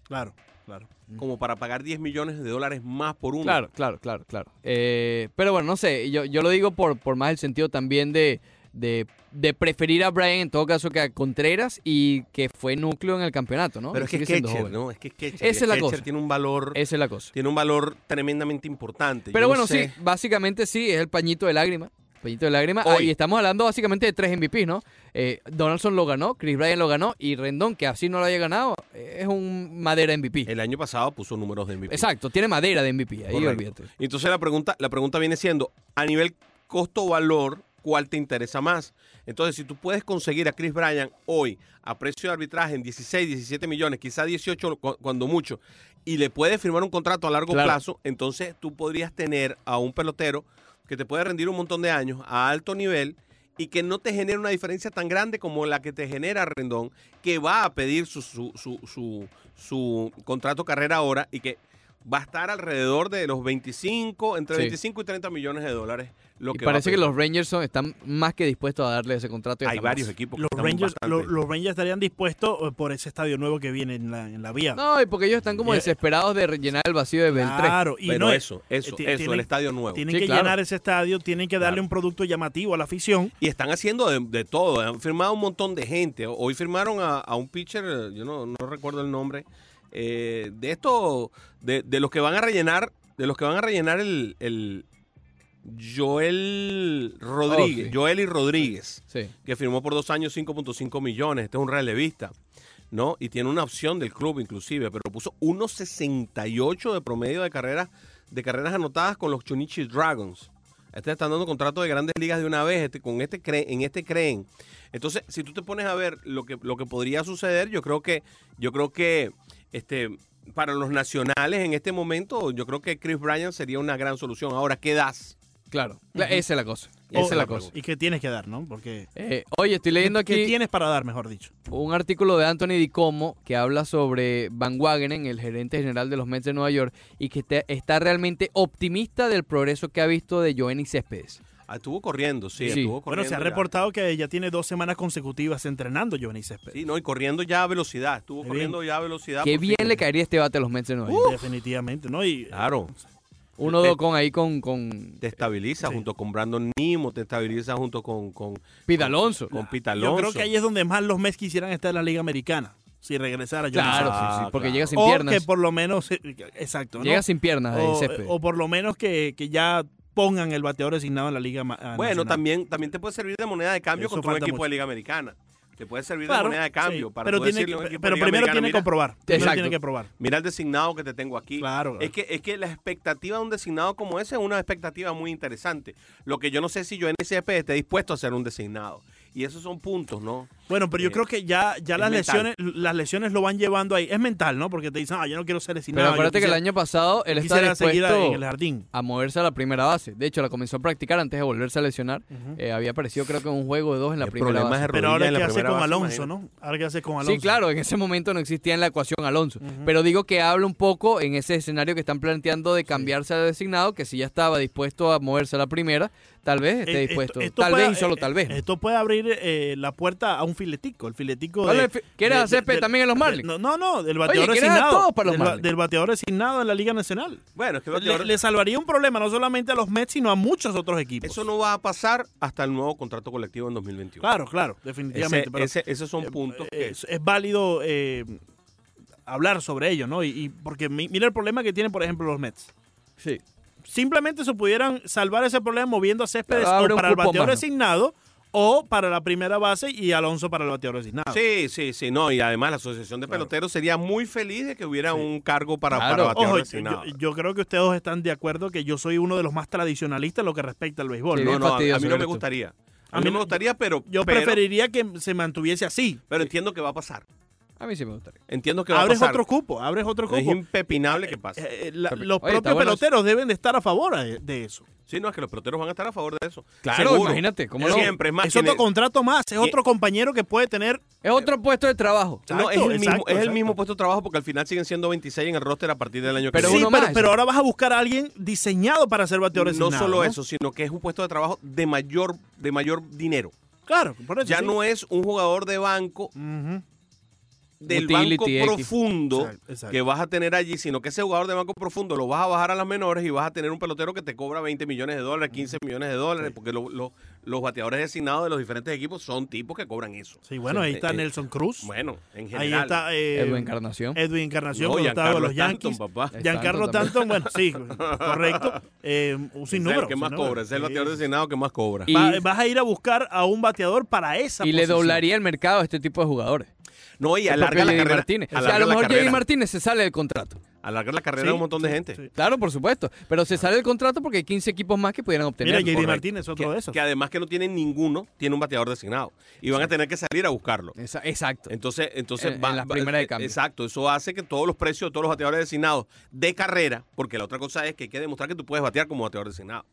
[SPEAKER 2] Claro, claro.
[SPEAKER 5] como para pagar 10 millones de dólares más por uno?
[SPEAKER 1] Mm. Claro, claro, claro, claro. Eh, pero bueno, no sé, yo, yo lo digo por, por más el sentido también de, de, de preferir a Brian en todo caso que a Contreras y que fue núcleo en el campeonato, ¿no?
[SPEAKER 5] Pero es que
[SPEAKER 1] Sigue siendo
[SPEAKER 5] Ketcher,
[SPEAKER 1] joven.
[SPEAKER 5] ¿no? Es que Ketcher,
[SPEAKER 1] Esa es la
[SPEAKER 5] Ketcher
[SPEAKER 1] cosa.
[SPEAKER 5] tiene un valor...
[SPEAKER 1] Esa es la cosa.
[SPEAKER 5] Tiene un valor tremendamente importante.
[SPEAKER 1] Pero
[SPEAKER 5] Yo no
[SPEAKER 1] bueno,
[SPEAKER 5] sé.
[SPEAKER 1] sí, básicamente sí, es el pañito de lágrima. Pañito de lágrima.
[SPEAKER 5] Hoy.
[SPEAKER 1] Ah, y estamos hablando básicamente de tres MVPs, ¿no? Eh, Donaldson lo ganó, Chris Bryant lo ganó y Rendón, que así no lo haya ganado, eh, es un madera MVP.
[SPEAKER 5] El año pasado puso números de MVP.
[SPEAKER 1] Exacto, tiene madera de MVP, ahí
[SPEAKER 5] Correcto.
[SPEAKER 1] olvídate.
[SPEAKER 5] Y Entonces la pregunta, la pregunta viene siendo, a nivel costo-valor, ¿cuál te interesa más? Entonces, si tú puedes conseguir a Chris Bryan hoy a precio de arbitraje en 16, 17 millones, quizá 18 cu- cuando mucho, y le puedes firmar un contrato a largo
[SPEAKER 1] Claro.
[SPEAKER 5] plazo, entonces tú podrías tener a un pelotero que te puede rendir un montón de años a alto nivel y que no te genera una diferencia tan grande como la que te genera Rendón, que va a pedir su, su, su, su, su contrato carrera ahora y que va a estar alrededor de los 25, entre
[SPEAKER 1] Sí.
[SPEAKER 5] 25 y 30 millones de dólares. Lo
[SPEAKER 1] y
[SPEAKER 5] que va a
[SPEAKER 1] parece que
[SPEAKER 5] pedir.
[SPEAKER 1] los Rangers son- están más que dispuestos a darle ese contrato. y
[SPEAKER 5] Hay
[SPEAKER 1] hasta más.
[SPEAKER 5] varios equipos. que
[SPEAKER 2] Los
[SPEAKER 5] están
[SPEAKER 2] Rangers,
[SPEAKER 5] bastante-
[SPEAKER 2] lo- los Rangers estarían dispuestos eh, por ese estadio nuevo que viene en la, en la vía.
[SPEAKER 1] No, y porque ellos están como
[SPEAKER 2] Eh,
[SPEAKER 1] desesperados de rellenar el vacío de Beltré.
[SPEAKER 2] claro, y
[SPEAKER 5] Pero
[SPEAKER 2] no es- eh,
[SPEAKER 5] eso, eso,
[SPEAKER 2] ti-
[SPEAKER 5] eso,
[SPEAKER 2] tienen-
[SPEAKER 5] el estadio nuevo.
[SPEAKER 2] Tienen
[SPEAKER 1] Sí,
[SPEAKER 2] que
[SPEAKER 1] claro.
[SPEAKER 2] llenar ese estadio, tienen que darle
[SPEAKER 5] Claro.
[SPEAKER 2] un producto llamativo a la afición.
[SPEAKER 5] Y están haciendo de, de todo, han firmado un montón de gente. Hoy firmaron a, a un pitcher, eh, yo no, no recuerdo el nombre, eh, de estos, de, de los que van a rellenar, de los que van a rellenar el, el Joel Rodríguez,
[SPEAKER 1] Oh, sí.
[SPEAKER 5] Joel y Rodríguez,
[SPEAKER 1] Sí.
[SPEAKER 5] que firmó por dos años 5.5 millones. Este es un relevista, ¿no? Y tiene una opción del club inclusive, pero puso 1.68 de promedio de carreras, de carreras anotadas con los Chunichi Dragons. Este están dando contrato de grandes ligas de una vez, este, con este cre- en este creen. Entonces, si tú te pones a ver lo que, lo que podría suceder, yo creo que, yo creo que este, para los nacionales en este momento, yo creo que Chris Bryant sería una gran solución. Ahora, ¿qué das?
[SPEAKER 1] Claro, Cla- esa es la cosa.
[SPEAKER 5] Esa
[SPEAKER 1] Esa
[SPEAKER 5] Oh,
[SPEAKER 1] es la cosa.
[SPEAKER 2] Y que tienes que dar, ¿no? Porque
[SPEAKER 1] Eh, oye, estoy leyendo
[SPEAKER 2] ¿Qué- ¿Qué
[SPEAKER 1] aquí
[SPEAKER 2] tienes para dar, mejor dicho?
[SPEAKER 1] un artículo de Anthony DiComo que habla sobre Van Wagenen, el gerente general de los Mets de Nueva York, y que te- está realmente optimista del progreso que ha visto de Joenny Céspedes.
[SPEAKER 5] Ah, estuvo corriendo, sí,
[SPEAKER 1] Sí.
[SPEAKER 5] estuvo corriendo.
[SPEAKER 2] Bueno, se ha
[SPEAKER 5] ya.
[SPEAKER 2] reportado que ya tiene dos semanas consecutivas entrenando Giovanni Céspedes.
[SPEAKER 5] Sí, no, y corriendo ya a velocidad. Estuvo
[SPEAKER 2] Muy
[SPEAKER 5] corriendo ya a velocidad.
[SPEAKER 1] Qué
[SPEAKER 5] por
[SPEAKER 1] bien
[SPEAKER 5] fin.
[SPEAKER 1] le caería este bate a los Mets de
[SPEAKER 5] Uh.
[SPEAKER 1] Nueva York.
[SPEAKER 2] Definitivamente, ¿no? Y
[SPEAKER 5] Claro.
[SPEAKER 1] Uno
[SPEAKER 5] Eh.
[SPEAKER 1] dos con ahí con, con
[SPEAKER 5] Te estabiliza
[SPEAKER 2] Sí.
[SPEAKER 5] junto con Brandon Nimo, te estabiliza junto con, con,
[SPEAKER 1] Pete Alonso.
[SPEAKER 5] con Pete
[SPEAKER 2] yo
[SPEAKER 5] Alonso.
[SPEAKER 2] creo que ahí es donde más los Mets quisieran estar en la Liga Americana, si regresara Giovanni
[SPEAKER 1] Claro,
[SPEAKER 5] Ah,
[SPEAKER 1] sí, sí, porque
[SPEAKER 5] claro.
[SPEAKER 1] llega sin
[SPEAKER 2] o
[SPEAKER 1] piernas.
[SPEAKER 2] que por lo menos, eh, exacto, ¿no?
[SPEAKER 1] Llega sin piernas de
[SPEAKER 2] o, eh,
[SPEAKER 1] Céspedes.
[SPEAKER 2] o por lo menos que, que ya pongan el bateador designado en la Liga Ma- ah,
[SPEAKER 5] Bueno,
[SPEAKER 2] Nacional.
[SPEAKER 5] también, también te puede servir de moneda de cambio
[SPEAKER 2] Eso
[SPEAKER 5] contra un
[SPEAKER 2] falta
[SPEAKER 5] equipo de
[SPEAKER 2] mucho.
[SPEAKER 5] Liga Americana. Te puede servir
[SPEAKER 2] Claro,
[SPEAKER 5] de moneda de cambio
[SPEAKER 2] sí,
[SPEAKER 5] para
[SPEAKER 2] pero
[SPEAKER 5] tú
[SPEAKER 2] tiene
[SPEAKER 5] decirle a un
[SPEAKER 2] que-
[SPEAKER 5] equipo de
[SPEAKER 2] pero
[SPEAKER 5] Liga
[SPEAKER 2] primero
[SPEAKER 5] Americana,
[SPEAKER 2] tiene que
[SPEAKER 5] mira,
[SPEAKER 2] comprobar. Primero
[SPEAKER 1] Exacto.
[SPEAKER 2] tiene que probar.
[SPEAKER 5] Mira el designado que te tengo aquí.
[SPEAKER 2] Claro.
[SPEAKER 5] Es que, es que la expectativa de un designado como ese es una expectativa muy interesante. Lo que yo no sé si yo en esté dispuesto a ser un designado. Y esos son puntos, ¿no?
[SPEAKER 2] Bueno, pero yo
[SPEAKER 5] Eh,
[SPEAKER 2] creo que ya, ya las
[SPEAKER 5] mental.
[SPEAKER 2] lesiones, las lesiones lo van llevando ahí. Es mental, ¿no? Porque te dicen, ah, yo no quiero ser lesionado.
[SPEAKER 1] Pero
[SPEAKER 2] yo
[SPEAKER 1] acuérdate que el
[SPEAKER 2] quisiera-
[SPEAKER 1] año pasado él
[SPEAKER 2] yo
[SPEAKER 1] estaba
[SPEAKER 2] quisiera seguir en el
[SPEAKER 1] dispuesto
[SPEAKER 2] jardín.
[SPEAKER 1] a moverse a la primera base. De hecho, la comenzó a practicar antes de volverse a lesionar. Eh, había aparecido creo que en un juego de dos en la
[SPEAKER 5] El
[SPEAKER 1] primera
[SPEAKER 5] problema es
[SPEAKER 1] base.
[SPEAKER 5] de
[SPEAKER 2] Pero
[SPEAKER 5] rodilla
[SPEAKER 2] ahora
[SPEAKER 5] en la
[SPEAKER 2] qué hace
[SPEAKER 5] primera
[SPEAKER 2] con
[SPEAKER 5] base,
[SPEAKER 2] Alonso,
[SPEAKER 5] imagínate.
[SPEAKER 2] ¿no? Ahora qué hace con Alonso.
[SPEAKER 1] Sí, claro, en ese momento no existía en la ecuación Alonso.
[SPEAKER 2] Ujú.
[SPEAKER 1] Pero digo que habla un poco en ese escenario que están planteando de cambiarse a designado, que si ya estaba dispuesto a moverse a la primera, tal vez esté
[SPEAKER 2] Eh,
[SPEAKER 1] dispuesto.
[SPEAKER 2] esto- esto
[SPEAKER 1] tal
[SPEAKER 2] puede-
[SPEAKER 1] vez y solo
[SPEAKER 2] eh,
[SPEAKER 1] tal vez. ¿no?
[SPEAKER 2] Esto puede abrir eh, la puerta a un filetico. El filetico
[SPEAKER 1] Dale,
[SPEAKER 2] de,
[SPEAKER 1] fi- ¿Quieres
[SPEAKER 2] de-
[SPEAKER 1] hacer
[SPEAKER 2] de- de-
[SPEAKER 1] también en los Marlins?
[SPEAKER 2] No, no, no, del bateador
[SPEAKER 1] ¿quieres a
[SPEAKER 2] designado.
[SPEAKER 1] todos para los
[SPEAKER 2] del, ba-
[SPEAKER 1] Marlins?
[SPEAKER 2] del bateador designado en la Liga Nacional.
[SPEAKER 5] Bueno, es que
[SPEAKER 2] Le,
[SPEAKER 5] bateador-
[SPEAKER 2] le salvaría un problema no solamente a los Mets, sino a muchos otros equipos.
[SPEAKER 5] eso no va a pasar hasta el nuevo contrato colectivo en 2021.
[SPEAKER 2] Claro, claro,
[SPEAKER 5] Ese-
[SPEAKER 2] definitivamente. pero
[SPEAKER 5] ese- esos son
[SPEAKER 2] eh,
[SPEAKER 5] puntos que-
[SPEAKER 2] es, es válido eh, hablar sobre ello, ¿no? Y, y porque mi- mira el problema que tienen, por ejemplo, los Mets.
[SPEAKER 1] Sí.
[SPEAKER 2] simplemente se pudieran salvar ese problema moviendo a Céspedes
[SPEAKER 1] Claro, abre
[SPEAKER 2] o
[SPEAKER 1] un
[SPEAKER 2] para el
[SPEAKER 1] cupo
[SPEAKER 2] bateador
[SPEAKER 1] más, ¿no?
[SPEAKER 2] designado o para la primera base y Alonso para el bateador designado.
[SPEAKER 5] Sí, sí, sí, no, y además la Asociación de Peloteros sería muy feliz de que hubiera un cargo para,
[SPEAKER 1] Claro.
[SPEAKER 5] para bateador
[SPEAKER 2] Ojo, yo,
[SPEAKER 5] designado.
[SPEAKER 2] yo creo que ustedes dos están de acuerdo que yo soy uno de los más tradicionalistas en lo que respecta al béisbol.
[SPEAKER 1] Sí,
[SPEAKER 5] no,
[SPEAKER 2] ¿no?
[SPEAKER 1] bien
[SPEAKER 5] no, a- a,
[SPEAKER 1] fastidioso
[SPEAKER 5] mí no me
[SPEAKER 1] eres tú.
[SPEAKER 5] gustaría.
[SPEAKER 2] A
[SPEAKER 5] A
[SPEAKER 2] mí
[SPEAKER 5] mí no me
[SPEAKER 2] no-
[SPEAKER 5] gustaría, pero,
[SPEAKER 2] Yo
[SPEAKER 5] pero,
[SPEAKER 2] preferiría que se mantuviese así.
[SPEAKER 5] pero entiendo que va a pasar.
[SPEAKER 1] A mí sí me gustaría.
[SPEAKER 5] Entiendo que va a
[SPEAKER 2] Abres
[SPEAKER 5] pasar.
[SPEAKER 2] otro cupo, abres otro
[SPEAKER 5] es
[SPEAKER 2] cupo.
[SPEAKER 5] impepinable que pase.
[SPEAKER 2] Eh, eh, la- los
[SPEAKER 1] Oye, está
[SPEAKER 2] propios
[SPEAKER 1] bueno eso.
[SPEAKER 2] peloteros deben de estar a favor a- de eso.
[SPEAKER 5] Sí, no, es que los peloteros van a estar a favor de eso.
[SPEAKER 1] Claro,
[SPEAKER 5] Seguro.
[SPEAKER 1] imagínate, ¿cómo
[SPEAKER 5] Es
[SPEAKER 1] no?
[SPEAKER 5] Siempre, es más.
[SPEAKER 2] es otro
[SPEAKER 5] quienes-
[SPEAKER 2] contrato más, es otro compañero que puede tener
[SPEAKER 1] Es otro puesto de trabajo.
[SPEAKER 5] no, es, el,
[SPEAKER 2] Exacto,
[SPEAKER 5] mismo,
[SPEAKER 2] exacto,
[SPEAKER 5] es el
[SPEAKER 2] exacto.
[SPEAKER 5] mismo puesto de trabajo porque al final siguen siendo 26 en el roster a partir del año
[SPEAKER 1] Pero
[SPEAKER 5] que
[SPEAKER 2] sí,
[SPEAKER 5] viene.
[SPEAKER 1] uno
[SPEAKER 2] pero,
[SPEAKER 1] más.
[SPEAKER 2] pero ahora vas a buscar a alguien diseñado para ser bateador
[SPEAKER 5] no
[SPEAKER 2] designado.
[SPEAKER 5] solo eso, sino que es un puesto de trabajo de mayor, de mayor dinero.
[SPEAKER 2] Claro, por eso.
[SPEAKER 5] Ya
[SPEAKER 2] Pues sí.
[SPEAKER 5] no es un jugador de banco,
[SPEAKER 2] Ujú.
[SPEAKER 5] del
[SPEAKER 1] Utility
[SPEAKER 5] banco
[SPEAKER 1] X.
[SPEAKER 5] profundo
[SPEAKER 2] Exacto, exacto.
[SPEAKER 5] que vas a tener allí, sino que ese jugador de banco profundo lo vas a bajar a las menores y vas a tener un pelotero que te cobra 20 millones de
[SPEAKER 2] Mm.
[SPEAKER 5] dólares, 15 millones de dólares, porque lo- lo- los bateadores designados de los diferentes equipos son tipos que cobran eso.
[SPEAKER 2] Sí, bueno, ahí
[SPEAKER 5] Eh,
[SPEAKER 2] está
[SPEAKER 5] eh,
[SPEAKER 2] Nelson Cruz.
[SPEAKER 5] Bueno, en
[SPEAKER 2] ahí
[SPEAKER 5] general.
[SPEAKER 2] está eh,
[SPEAKER 1] Edwin Encarnación.
[SPEAKER 2] Edwin Encarnación,
[SPEAKER 5] No,
[SPEAKER 2] cuando estaba con
[SPEAKER 5] Giancarlo
[SPEAKER 2] los Yankees.
[SPEAKER 5] Stanton, papá.
[SPEAKER 2] Giancarlo
[SPEAKER 1] Stanton
[SPEAKER 2] Tanton, bueno, sí, correcto. Eh, un
[SPEAKER 5] Es
[SPEAKER 2] sinnúmero.
[SPEAKER 5] el que
[SPEAKER 2] un
[SPEAKER 5] más
[SPEAKER 2] sinnúmero.
[SPEAKER 5] cobra, es el
[SPEAKER 2] Sí,
[SPEAKER 5] bateador
[SPEAKER 2] sí.
[SPEAKER 5] designado que más cobra.
[SPEAKER 1] Y-
[SPEAKER 2] Va- vas a ir a buscar a un bateador para esa
[SPEAKER 1] Y le
[SPEAKER 2] posición.
[SPEAKER 1] doblaría el mercado a este tipo de jugadores.
[SPEAKER 5] no, y
[SPEAKER 1] El
[SPEAKER 5] alarga
[SPEAKER 1] propio
[SPEAKER 5] la
[SPEAKER 1] JD
[SPEAKER 5] carrera.
[SPEAKER 1] Martínez. O sea,
[SPEAKER 5] alarga
[SPEAKER 1] a lo
[SPEAKER 5] la
[SPEAKER 1] mejor Jerry
[SPEAKER 5] carrera.
[SPEAKER 1] Martínez se sale del contrato.
[SPEAKER 5] Alarga la carrera
[SPEAKER 2] Sí,
[SPEAKER 5] de un montón de
[SPEAKER 2] sí,
[SPEAKER 5] gente.
[SPEAKER 2] sí.
[SPEAKER 1] Claro, por supuesto. Pero se sale del contrato porque hay 15 equipos más que pudieran
[SPEAKER 2] Mira,
[SPEAKER 1] obtener.
[SPEAKER 2] JD
[SPEAKER 5] correcto.
[SPEAKER 2] Martínez, otro
[SPEAKER 5] Que,
[SPEAKER 2] de esos.
[SPEAKER 5] que además que no tienen ninguno, tiene un bateador designado. Y van a tener que salir a buscarlo.
[SPEAKER 1] Esa- exacto.
[SPEAKER 5] Entonces, entonces eh,
[SPEAKER 1] En- en las primeras de cambio.
[SPEAKER 5] Exacto, eso hace que todos los precios de todos los bateadores designados de carrera, porque la otra cosa es que hay que demostrar que tú puedes batear como bateador designado,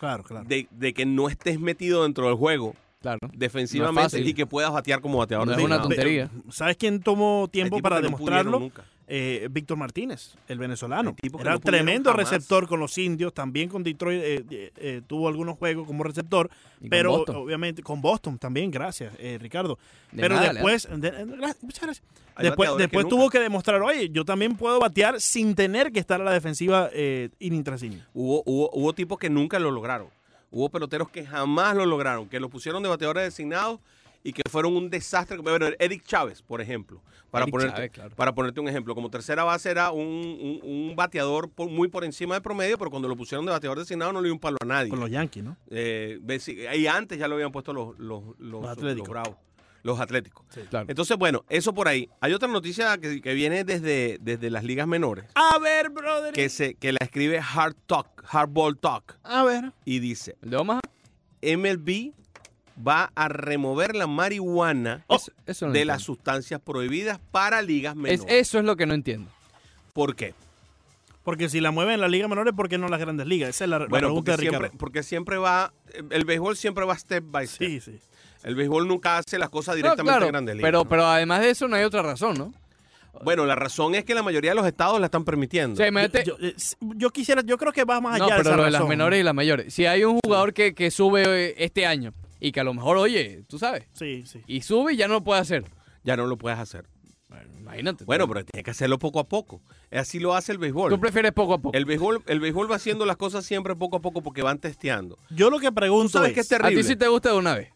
[SPEAKER 2] Claro, claro.
[SPEAKER 5] de, de que no estés metido dentro del juego
[SPEAKER 1] Claro.
[SPEAKER 5] defensivamente
[SPEAKER 1] No es fácil.
[SPEAKER 5] y que puedas batear como bateador
[SPEAKER 1] No es una
[SPEAKER 5] designado.
[SPEAKER 1] tontería.
[SPEAKER 2] ¿Sabes quién tomó
[SPEAKER 5] Hay
[SPEAKER 2] tiempo
[SPEAKER 5] tipos
[SPEAKER 2] para
[SPEAKER 5] que no
[SPEAKER 2] demostrarlo?
[SPEAKER 5] pudieron nunca.
[SPEAKER 2] eh, Víctor Martínez, el venezolano.
[SPEAKER 5] El tipo que
[SPEAKER 2] Era
[SPEAKER 5] no pudieron
[SPEAKER 2] tremendo
[SPEAKER 5] jamás.
[SPEAKER 2] receptor con los indios, también con Detroit eh, eh, eh, tuvo algunos juegos como receptor,
[SPEAKER 1] Y con
[SPEAKER 2] pero
[SPEAKER 1] Boston.
[SPEAKER 2] obviamente con Boston también, gracias eh, Ricardo.
[SPEAKER 1] De
[SPEAKER 2] pero
[SPEAKER 1] nada,
[SPEAKER 2] después, de- eh, gra- muchas gracias.
[SPEAKER 5] Hay
[SPEAKER 2] después,
[SPEAKER 5] bateadores que
[SPEAKER 2] después
[SPEAKER 5] nunca.
[SPEAKER 2] tuvo que demostrar, oye, yo también puedo batear sin tener que estar a la defensiva eh, inning tras inning.
[SPEAKER 5] Hubo, hubo, hubo tipos que nunca lo lograron. Hubo peloteros que jamás lo lograron, que lo pusieron de bateadores designados y que fueron un desastre. Bueno, Eric Chávez, por ejemplo, para,
[SPEAKER 1] Eric
[SPEAKER 5] ponerte,
[SPEAKER 1] Chávez, claro.
[SPEAKER 5] para ponerte un ejemplo. Como tercera base era un, un- un bateador por- muy por encima del promedio, pero cuando lo pusieron de bateador designado no le dio un palo a nadie.
[SPEAKER 2] Con los Yankees, ¿no?
[SPEAKER 5] Eh, ves- y antes ya lo habían puesto los, los, los-
[SPEAKER 2] Los Atléticos.
[SPEAKER 5] los bravos, los atléticos.
[SPEAKER 1] Claro.
[SPEAKER 5] Entonces, bueno, eso por ahí. Hay otra noticia que, que viene desde, desde las ligas menores,
[SPEAKER 2] A ver, brother.
[SPEAKER 5] que, se, que la escribe Hard Talk, Hardball Talk,
[SPEAKER 2] A ver.
[SPEAKER 5] y dice,
[SPEAKER 1] ¿El de Omaha?
[SPEAKER 5] MLB va a remover la marihuana
[SPEAKER 2] Oh,
[SPEAKER 1] Eso- eso no
[SPEAKER 5] Oh, de
[SPEAKER 1] entiendo.
[SPEAKER 5] las sustancias prohibidas para ligas
[SPEAKER 1] Es-
[SPEAKER 5] menores.
[SPEAKER 1] Eso es lo que no entiendo.
[SPEAKER 5] ¿Por qué?
[SPEAKER 2] Porque si la mueven en las ligas menores, ¿por qué no en las grandes ligas? Esa es la, la
[SPEAKER 5] Bueno,
[SPEAKER 2] pregunta
[SPEAKER 5] porque
[SPEAKER 2] de
[SPEAKER 5] siempre,
[SPEAKER 2] Ricardo.
[SPEAKER 5] porque siempre va, el béisbol siempre va step by step.
[SPEAKER 2] Sí, sí.
[SPEAKER 5] El béisbol nunca hace las cosas directamente
[SPEAKER 1] No, claro,
[SPEAKER 5] en grandes ligas.
[SPEAKER 1] pero,
[SPEAKER 5] ¿no?
[SPEAKER 1] pero además de eso no hay otra razón, ¿no?
[SPEAKER 5] Bueno, la razón es que la mayoría de los estados la están permitiendo.
[SPEAKER 1] O sea, imagínate-
[SPEAKER 2] Yo, yo- eh, s- yo quisiera, yo creo que va
[SPEAKER 5] Ah,
[SPEAKER 2] más allá
[SPEAKER 1] no,
[SPEAKER 2] de
[SPEAKER 1] pero
[SPEAKER 2] esa
[SPEAKER 1] lo de las
[SPEAKER 2] razón,
[SPEAKER 1] menores
[SPEAKER 2] ¿no?
[SPEAKER 1] y las mayores. Si hay un jugador que, que sube eh, este año y que a lo mejor, oye, tú sabes,
[SPEAKER 2] Sí, sí.
[SPEAKER 1] y sube y ya no lo puede hacer.
[SPEAKER 5] ya no lo puedes hacer.
[SPEAKER 1] Imagínate.
[SPEAKER 5] Bueno,
[SPEAKER 1] tú-
[SPEAKER 5] pero tienes que hacerlo poco a poco. Así lo hace el
[SPEAKER 1] Tú
[SPEAKER 5] béisbol.
[SPEAKER 1] prefieres poco a poco.
[SPEAKER 5] El béisbol, el béisbol va haciendo las cosas siempre poco a poco porque van testeando.
[SPEAKER 2] Yo lo que pregunto
[SPEAKER 5] ¿Tú sabes
[SPEAKER 2] es,
[SPEAKER 5] que es
[SPEAKER 1] a ti
[SPEAKER 5] terrible?
[SPEAKER 1] sí te gusta de una vez.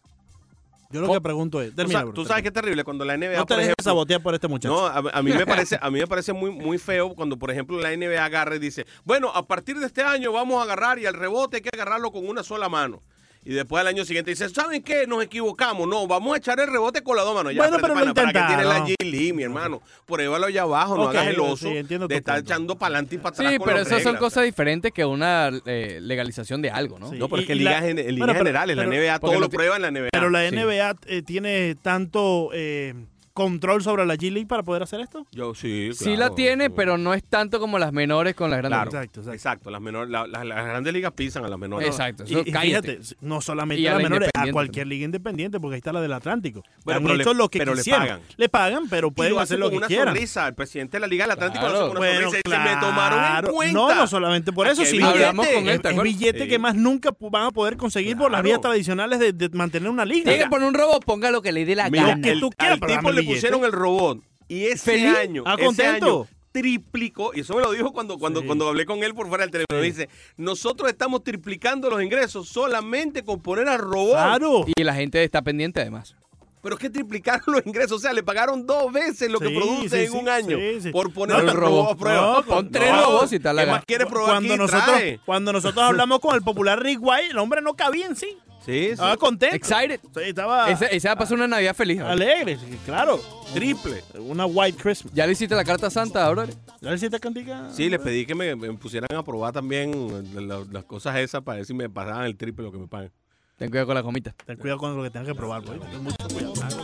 [SPEAKER 2] yo lo que pregunto es,
[SPEAKER 5] Tú
[SPEAKER 2] termina,
[SPEAKER 5] sa-
[SPEAKER 2] bro,
[SPEAKER 5] tú sabes que
[SPEAKER 2] termina.
[SPEAKER 5] es terrible cuando la NBA,
[SPEAKER 2] no te
[SPEAKER 5] por
[SPEAKER 2] dejes
[SPEAKER 5] ejemplo,
[SPEAKER 2] sabotear por este muchacho.
[SPEAKER 5] No, a, a mí me parece, a mí me parece muy, muy feo cuando, por ejemplo, la NBA agarra y dice, bueno, a partir de este año vamos a agarrar y al rebote hay que agarrarlo con una sola mano. Y después al año siguiente dice, ¿saben qué? Nos equivocamos. No, vamos a echar el rebote con la dos manos. Ya,
[SPEAKER 2] Bueno,
[SPEAKER 5] espérate,
[SPEAKER 2] pero lo
[SPEAKER 5] pana, ¿para qué
[SPEAKER 2] intentaron.
[SPEAKER 5] tiene la Gili, mi hermano? Pruébalo allá abajo, no
[SPEAKER 2] Ok,
[SPEAKER 5] hagas el
[SPEAKER 2] sí,
[SPEAKER 5] oso.
[SPEAKER 2] entiendo tu
[SPEAKER 5] de estar
[SPEAKER 2] punto.
[SPEAKER 5] echando para adelante y para atrás
[SPEAKER 1] Sí,
[SPEAKER 5] con
[SPEAKER 1] pero
[SPEAKER 5] las
[SPEAKER 1] esas son
[SPEAKER 5] reglas.
[SPEAKER 1] cosas diferentes que una eh, legalización de algo, ¿no?
[SPEAKER 2] Sí.
[SPEAKER 5] No, pero es que
[SPEAKER 2] Y- y
[SPEAKER 5] ligas
[SPEAKER 2] la-
[SPEAKER 5] en, en ligas
[SPEAKER 2] Bueno, pero-
[SPEAKER 5] generales,
[SPEAKER 2] pero-
[SPEAKER 5] la NBA,
[SPEAKER 1] porque
[SPEAKER 5] todo
[SPEAKER 1] no
[SPEAKER 5] lo
[SPEAKER 1] ti-
[SPEAKER 5] prueba en la NBA.
[SPEAKER 2] Pero la
[SPEAKER 1] sí.
[SPEAKER 2] NBA eh, tiene tanto eh, control sobre la G-League para poder hacer esto.
[SPEAKER 5] Yo sí,
[SPEAKER 1] Sí la
[SPEAKER 5] claro.
[SPEAKER 1] tiene, pero no es tanto como las menores con las grandes.
[SPEAKER 5] Claro,
[SPEAKER 1] ligas.
[SPEAKER 5] exacto, Las, menores, la- la- las grandes ligas pisan a las menores.
[SPEAKER 1] Exacto.
[SPEAKER 2] Y,
[SPEAKER 1] eso
[SPEAKER 2] y
[SPEAKER 1] cállate.
[SPEAKER 2] fíjate, no solamente
[SPEAKER 1] Y a
[SPEAKER 2] a,
[SPEAKER 1] la
[SPEAKER 2] las menores, a
[SPEAKER 1] independiente
[SPEAKER 2] cualquier liga independiente, porque ahí está la del Atlántico.
[SPEAKER 5] Bueno,
[SPEAKER 2] Han
[SPEAKER 5] pero le-
[SPEAKER 2] hecho lo que
[SPEAKER 5] pero le
[SPEAKER 2] quisieron.
[SPEAKER 5] pagan.
[SPEAKER 2] Le pagan, pero
[SPEAKER 5] Y
[SPEAKER 2] pueden
[SPEAKER 5] lo hace
[SPEAKER 2] hacer lo
[SPEAKER 5] con
[SPEAKER 2] que
[SPEAKER 5] una
[SPEAKER 2] quieran.
[SPEAKER 5] sonrisa. El presidente de la Liga del Atlántico
[SPEAKER 1] Claro.
[SPEAKER 5] lo hace con una
[SPEAKER 2] Bueno,
[SPEAKER 5] sonrisa y dice,
[SPEAKER 2] claro.
[SPEAKER 5] me tomaron en cuenta.
[SPEAKER 2] No, no solamente por
[SPEAKER 5] Ah,
[SPEAKER 2] eso,
[SPEAKER 5] qué
[SPEAKER 2] sino
[SPEAKER 5] billete.
[SPEAKER 2] que
[SPEAKER 1] Hablamos con
[SPEAKER 5] Es-
[SPEAKER 1] él, ¿te
[SPEAKER 2] es
[SPEAKER 1] acuerdas?
[SPEAKER 2] billete
[SPEAKER 5] Sí.
[SPEAKER 2] que más nunca pu- van a poder conseguir por las
[SPEAKER 5] Claro.
[SPEAKER 2] vías tradicionales de, de mantener una liga.
[SPEAKER 1] Tiene que poner un robot, ponga lo que le dé la
[SPEAKER 5] Mira,
[SPEAKER 1] gana.
[SPEAKER 2] que
[SPEAKER 5] el,
[SPEAKER 2] tú quieras,
[SPEAKER 5] al
[SPEAKER 2] pero
[SPEAKER 5] tipo
[SPEAKER 2] dame
[SPEAKER 5] le
[SPEAKER 2] billete.
[SPEAKER 5] pusieron el robot y ese
[SPEAKER 1] ¿Feliz?
[SPEAKER 5] año,
[SPEAKER 2] Ah,
[SPEAKER 5] ese
[SPEAKER 2] contento.
[SPEAKER 5] año triplicó, y eso me lo dijo cuando, cuando,
[SPEAKER 2] Sí.
[SPEAKER 5] cuando hablé con él por fuera del teléfono, dice, nosotros estamos triplicando los ingresos solamente con poner al robot.
[SPEAKER 2] Claro.
[SPEAKER 1] Y la gente está pendiente además.
[SPEAKER 5] Pero es que triplicaron los ingresos, o sea, le pagaron dos veces lo que
[SPEAKER 2] Sí,
[SPEAKER 5] produce
[SPEAKER 2] sí,
[SPEAKER 5] en
[SPEAKER 2] sí,
[SPEAKER 5] un año
[SPEAKER 2] sí, sí.
[SPEAKER 5] por poner
[SPEAKER 2] No,
[SPEAKER 5] el
[SPEAKER 2] pero-
[SPEAKER 5] robot a prueba.
[SPEAKER 2] no,
[SPEAKER 1] Pon
[SPEAKER 2] no.
[SPEAKER 1] tres robots y tal la
[SPEAKER 5] ¿Qué
[SPEAKER 1] gana.
[SPEAKER 5] más quieres probar
[SPEAKER 2] cuando,
[SPEAKER 5] aquí?
[SPEAKER 2] nosotros,
[SPEAKER 5] Trae.
[SPEAKER 2] cuando nosotros hablamos con el popular Rick White, el hombre no cabía en sí.
[SPEAKER 5] Sí, sí. Ah.
[SPEAKER 2] Estaba contento.
[SPEAKER 1] Excited.
[SPEAKER 2] Sí, estaba
[SPEAKER 1] Ese, ese va a pasar una Navidad feliz. ¿vale?
[SPEAKER 2] alegre, sí, claro.
[SPEAKER 5] Triple.
[SPEAKER 2] Una White Christmas.
[SPEAKER 1] Ya le hiciste la carta santa, ahora.
[SPEAKER 2] ¿Ya le hiciste cantica?
[SPEAKER 5] Sí, les pedí que me, me pusieran a probar también eh, la- la- las cosas esas para ver si me pagaban el triple lo que me pagan.
[SPEAKER 1] Ten cuidado con la comita.
[SPEAKER 2] Ten cuidado con lo que tengas que probar, güey. Ten mucho cuidado.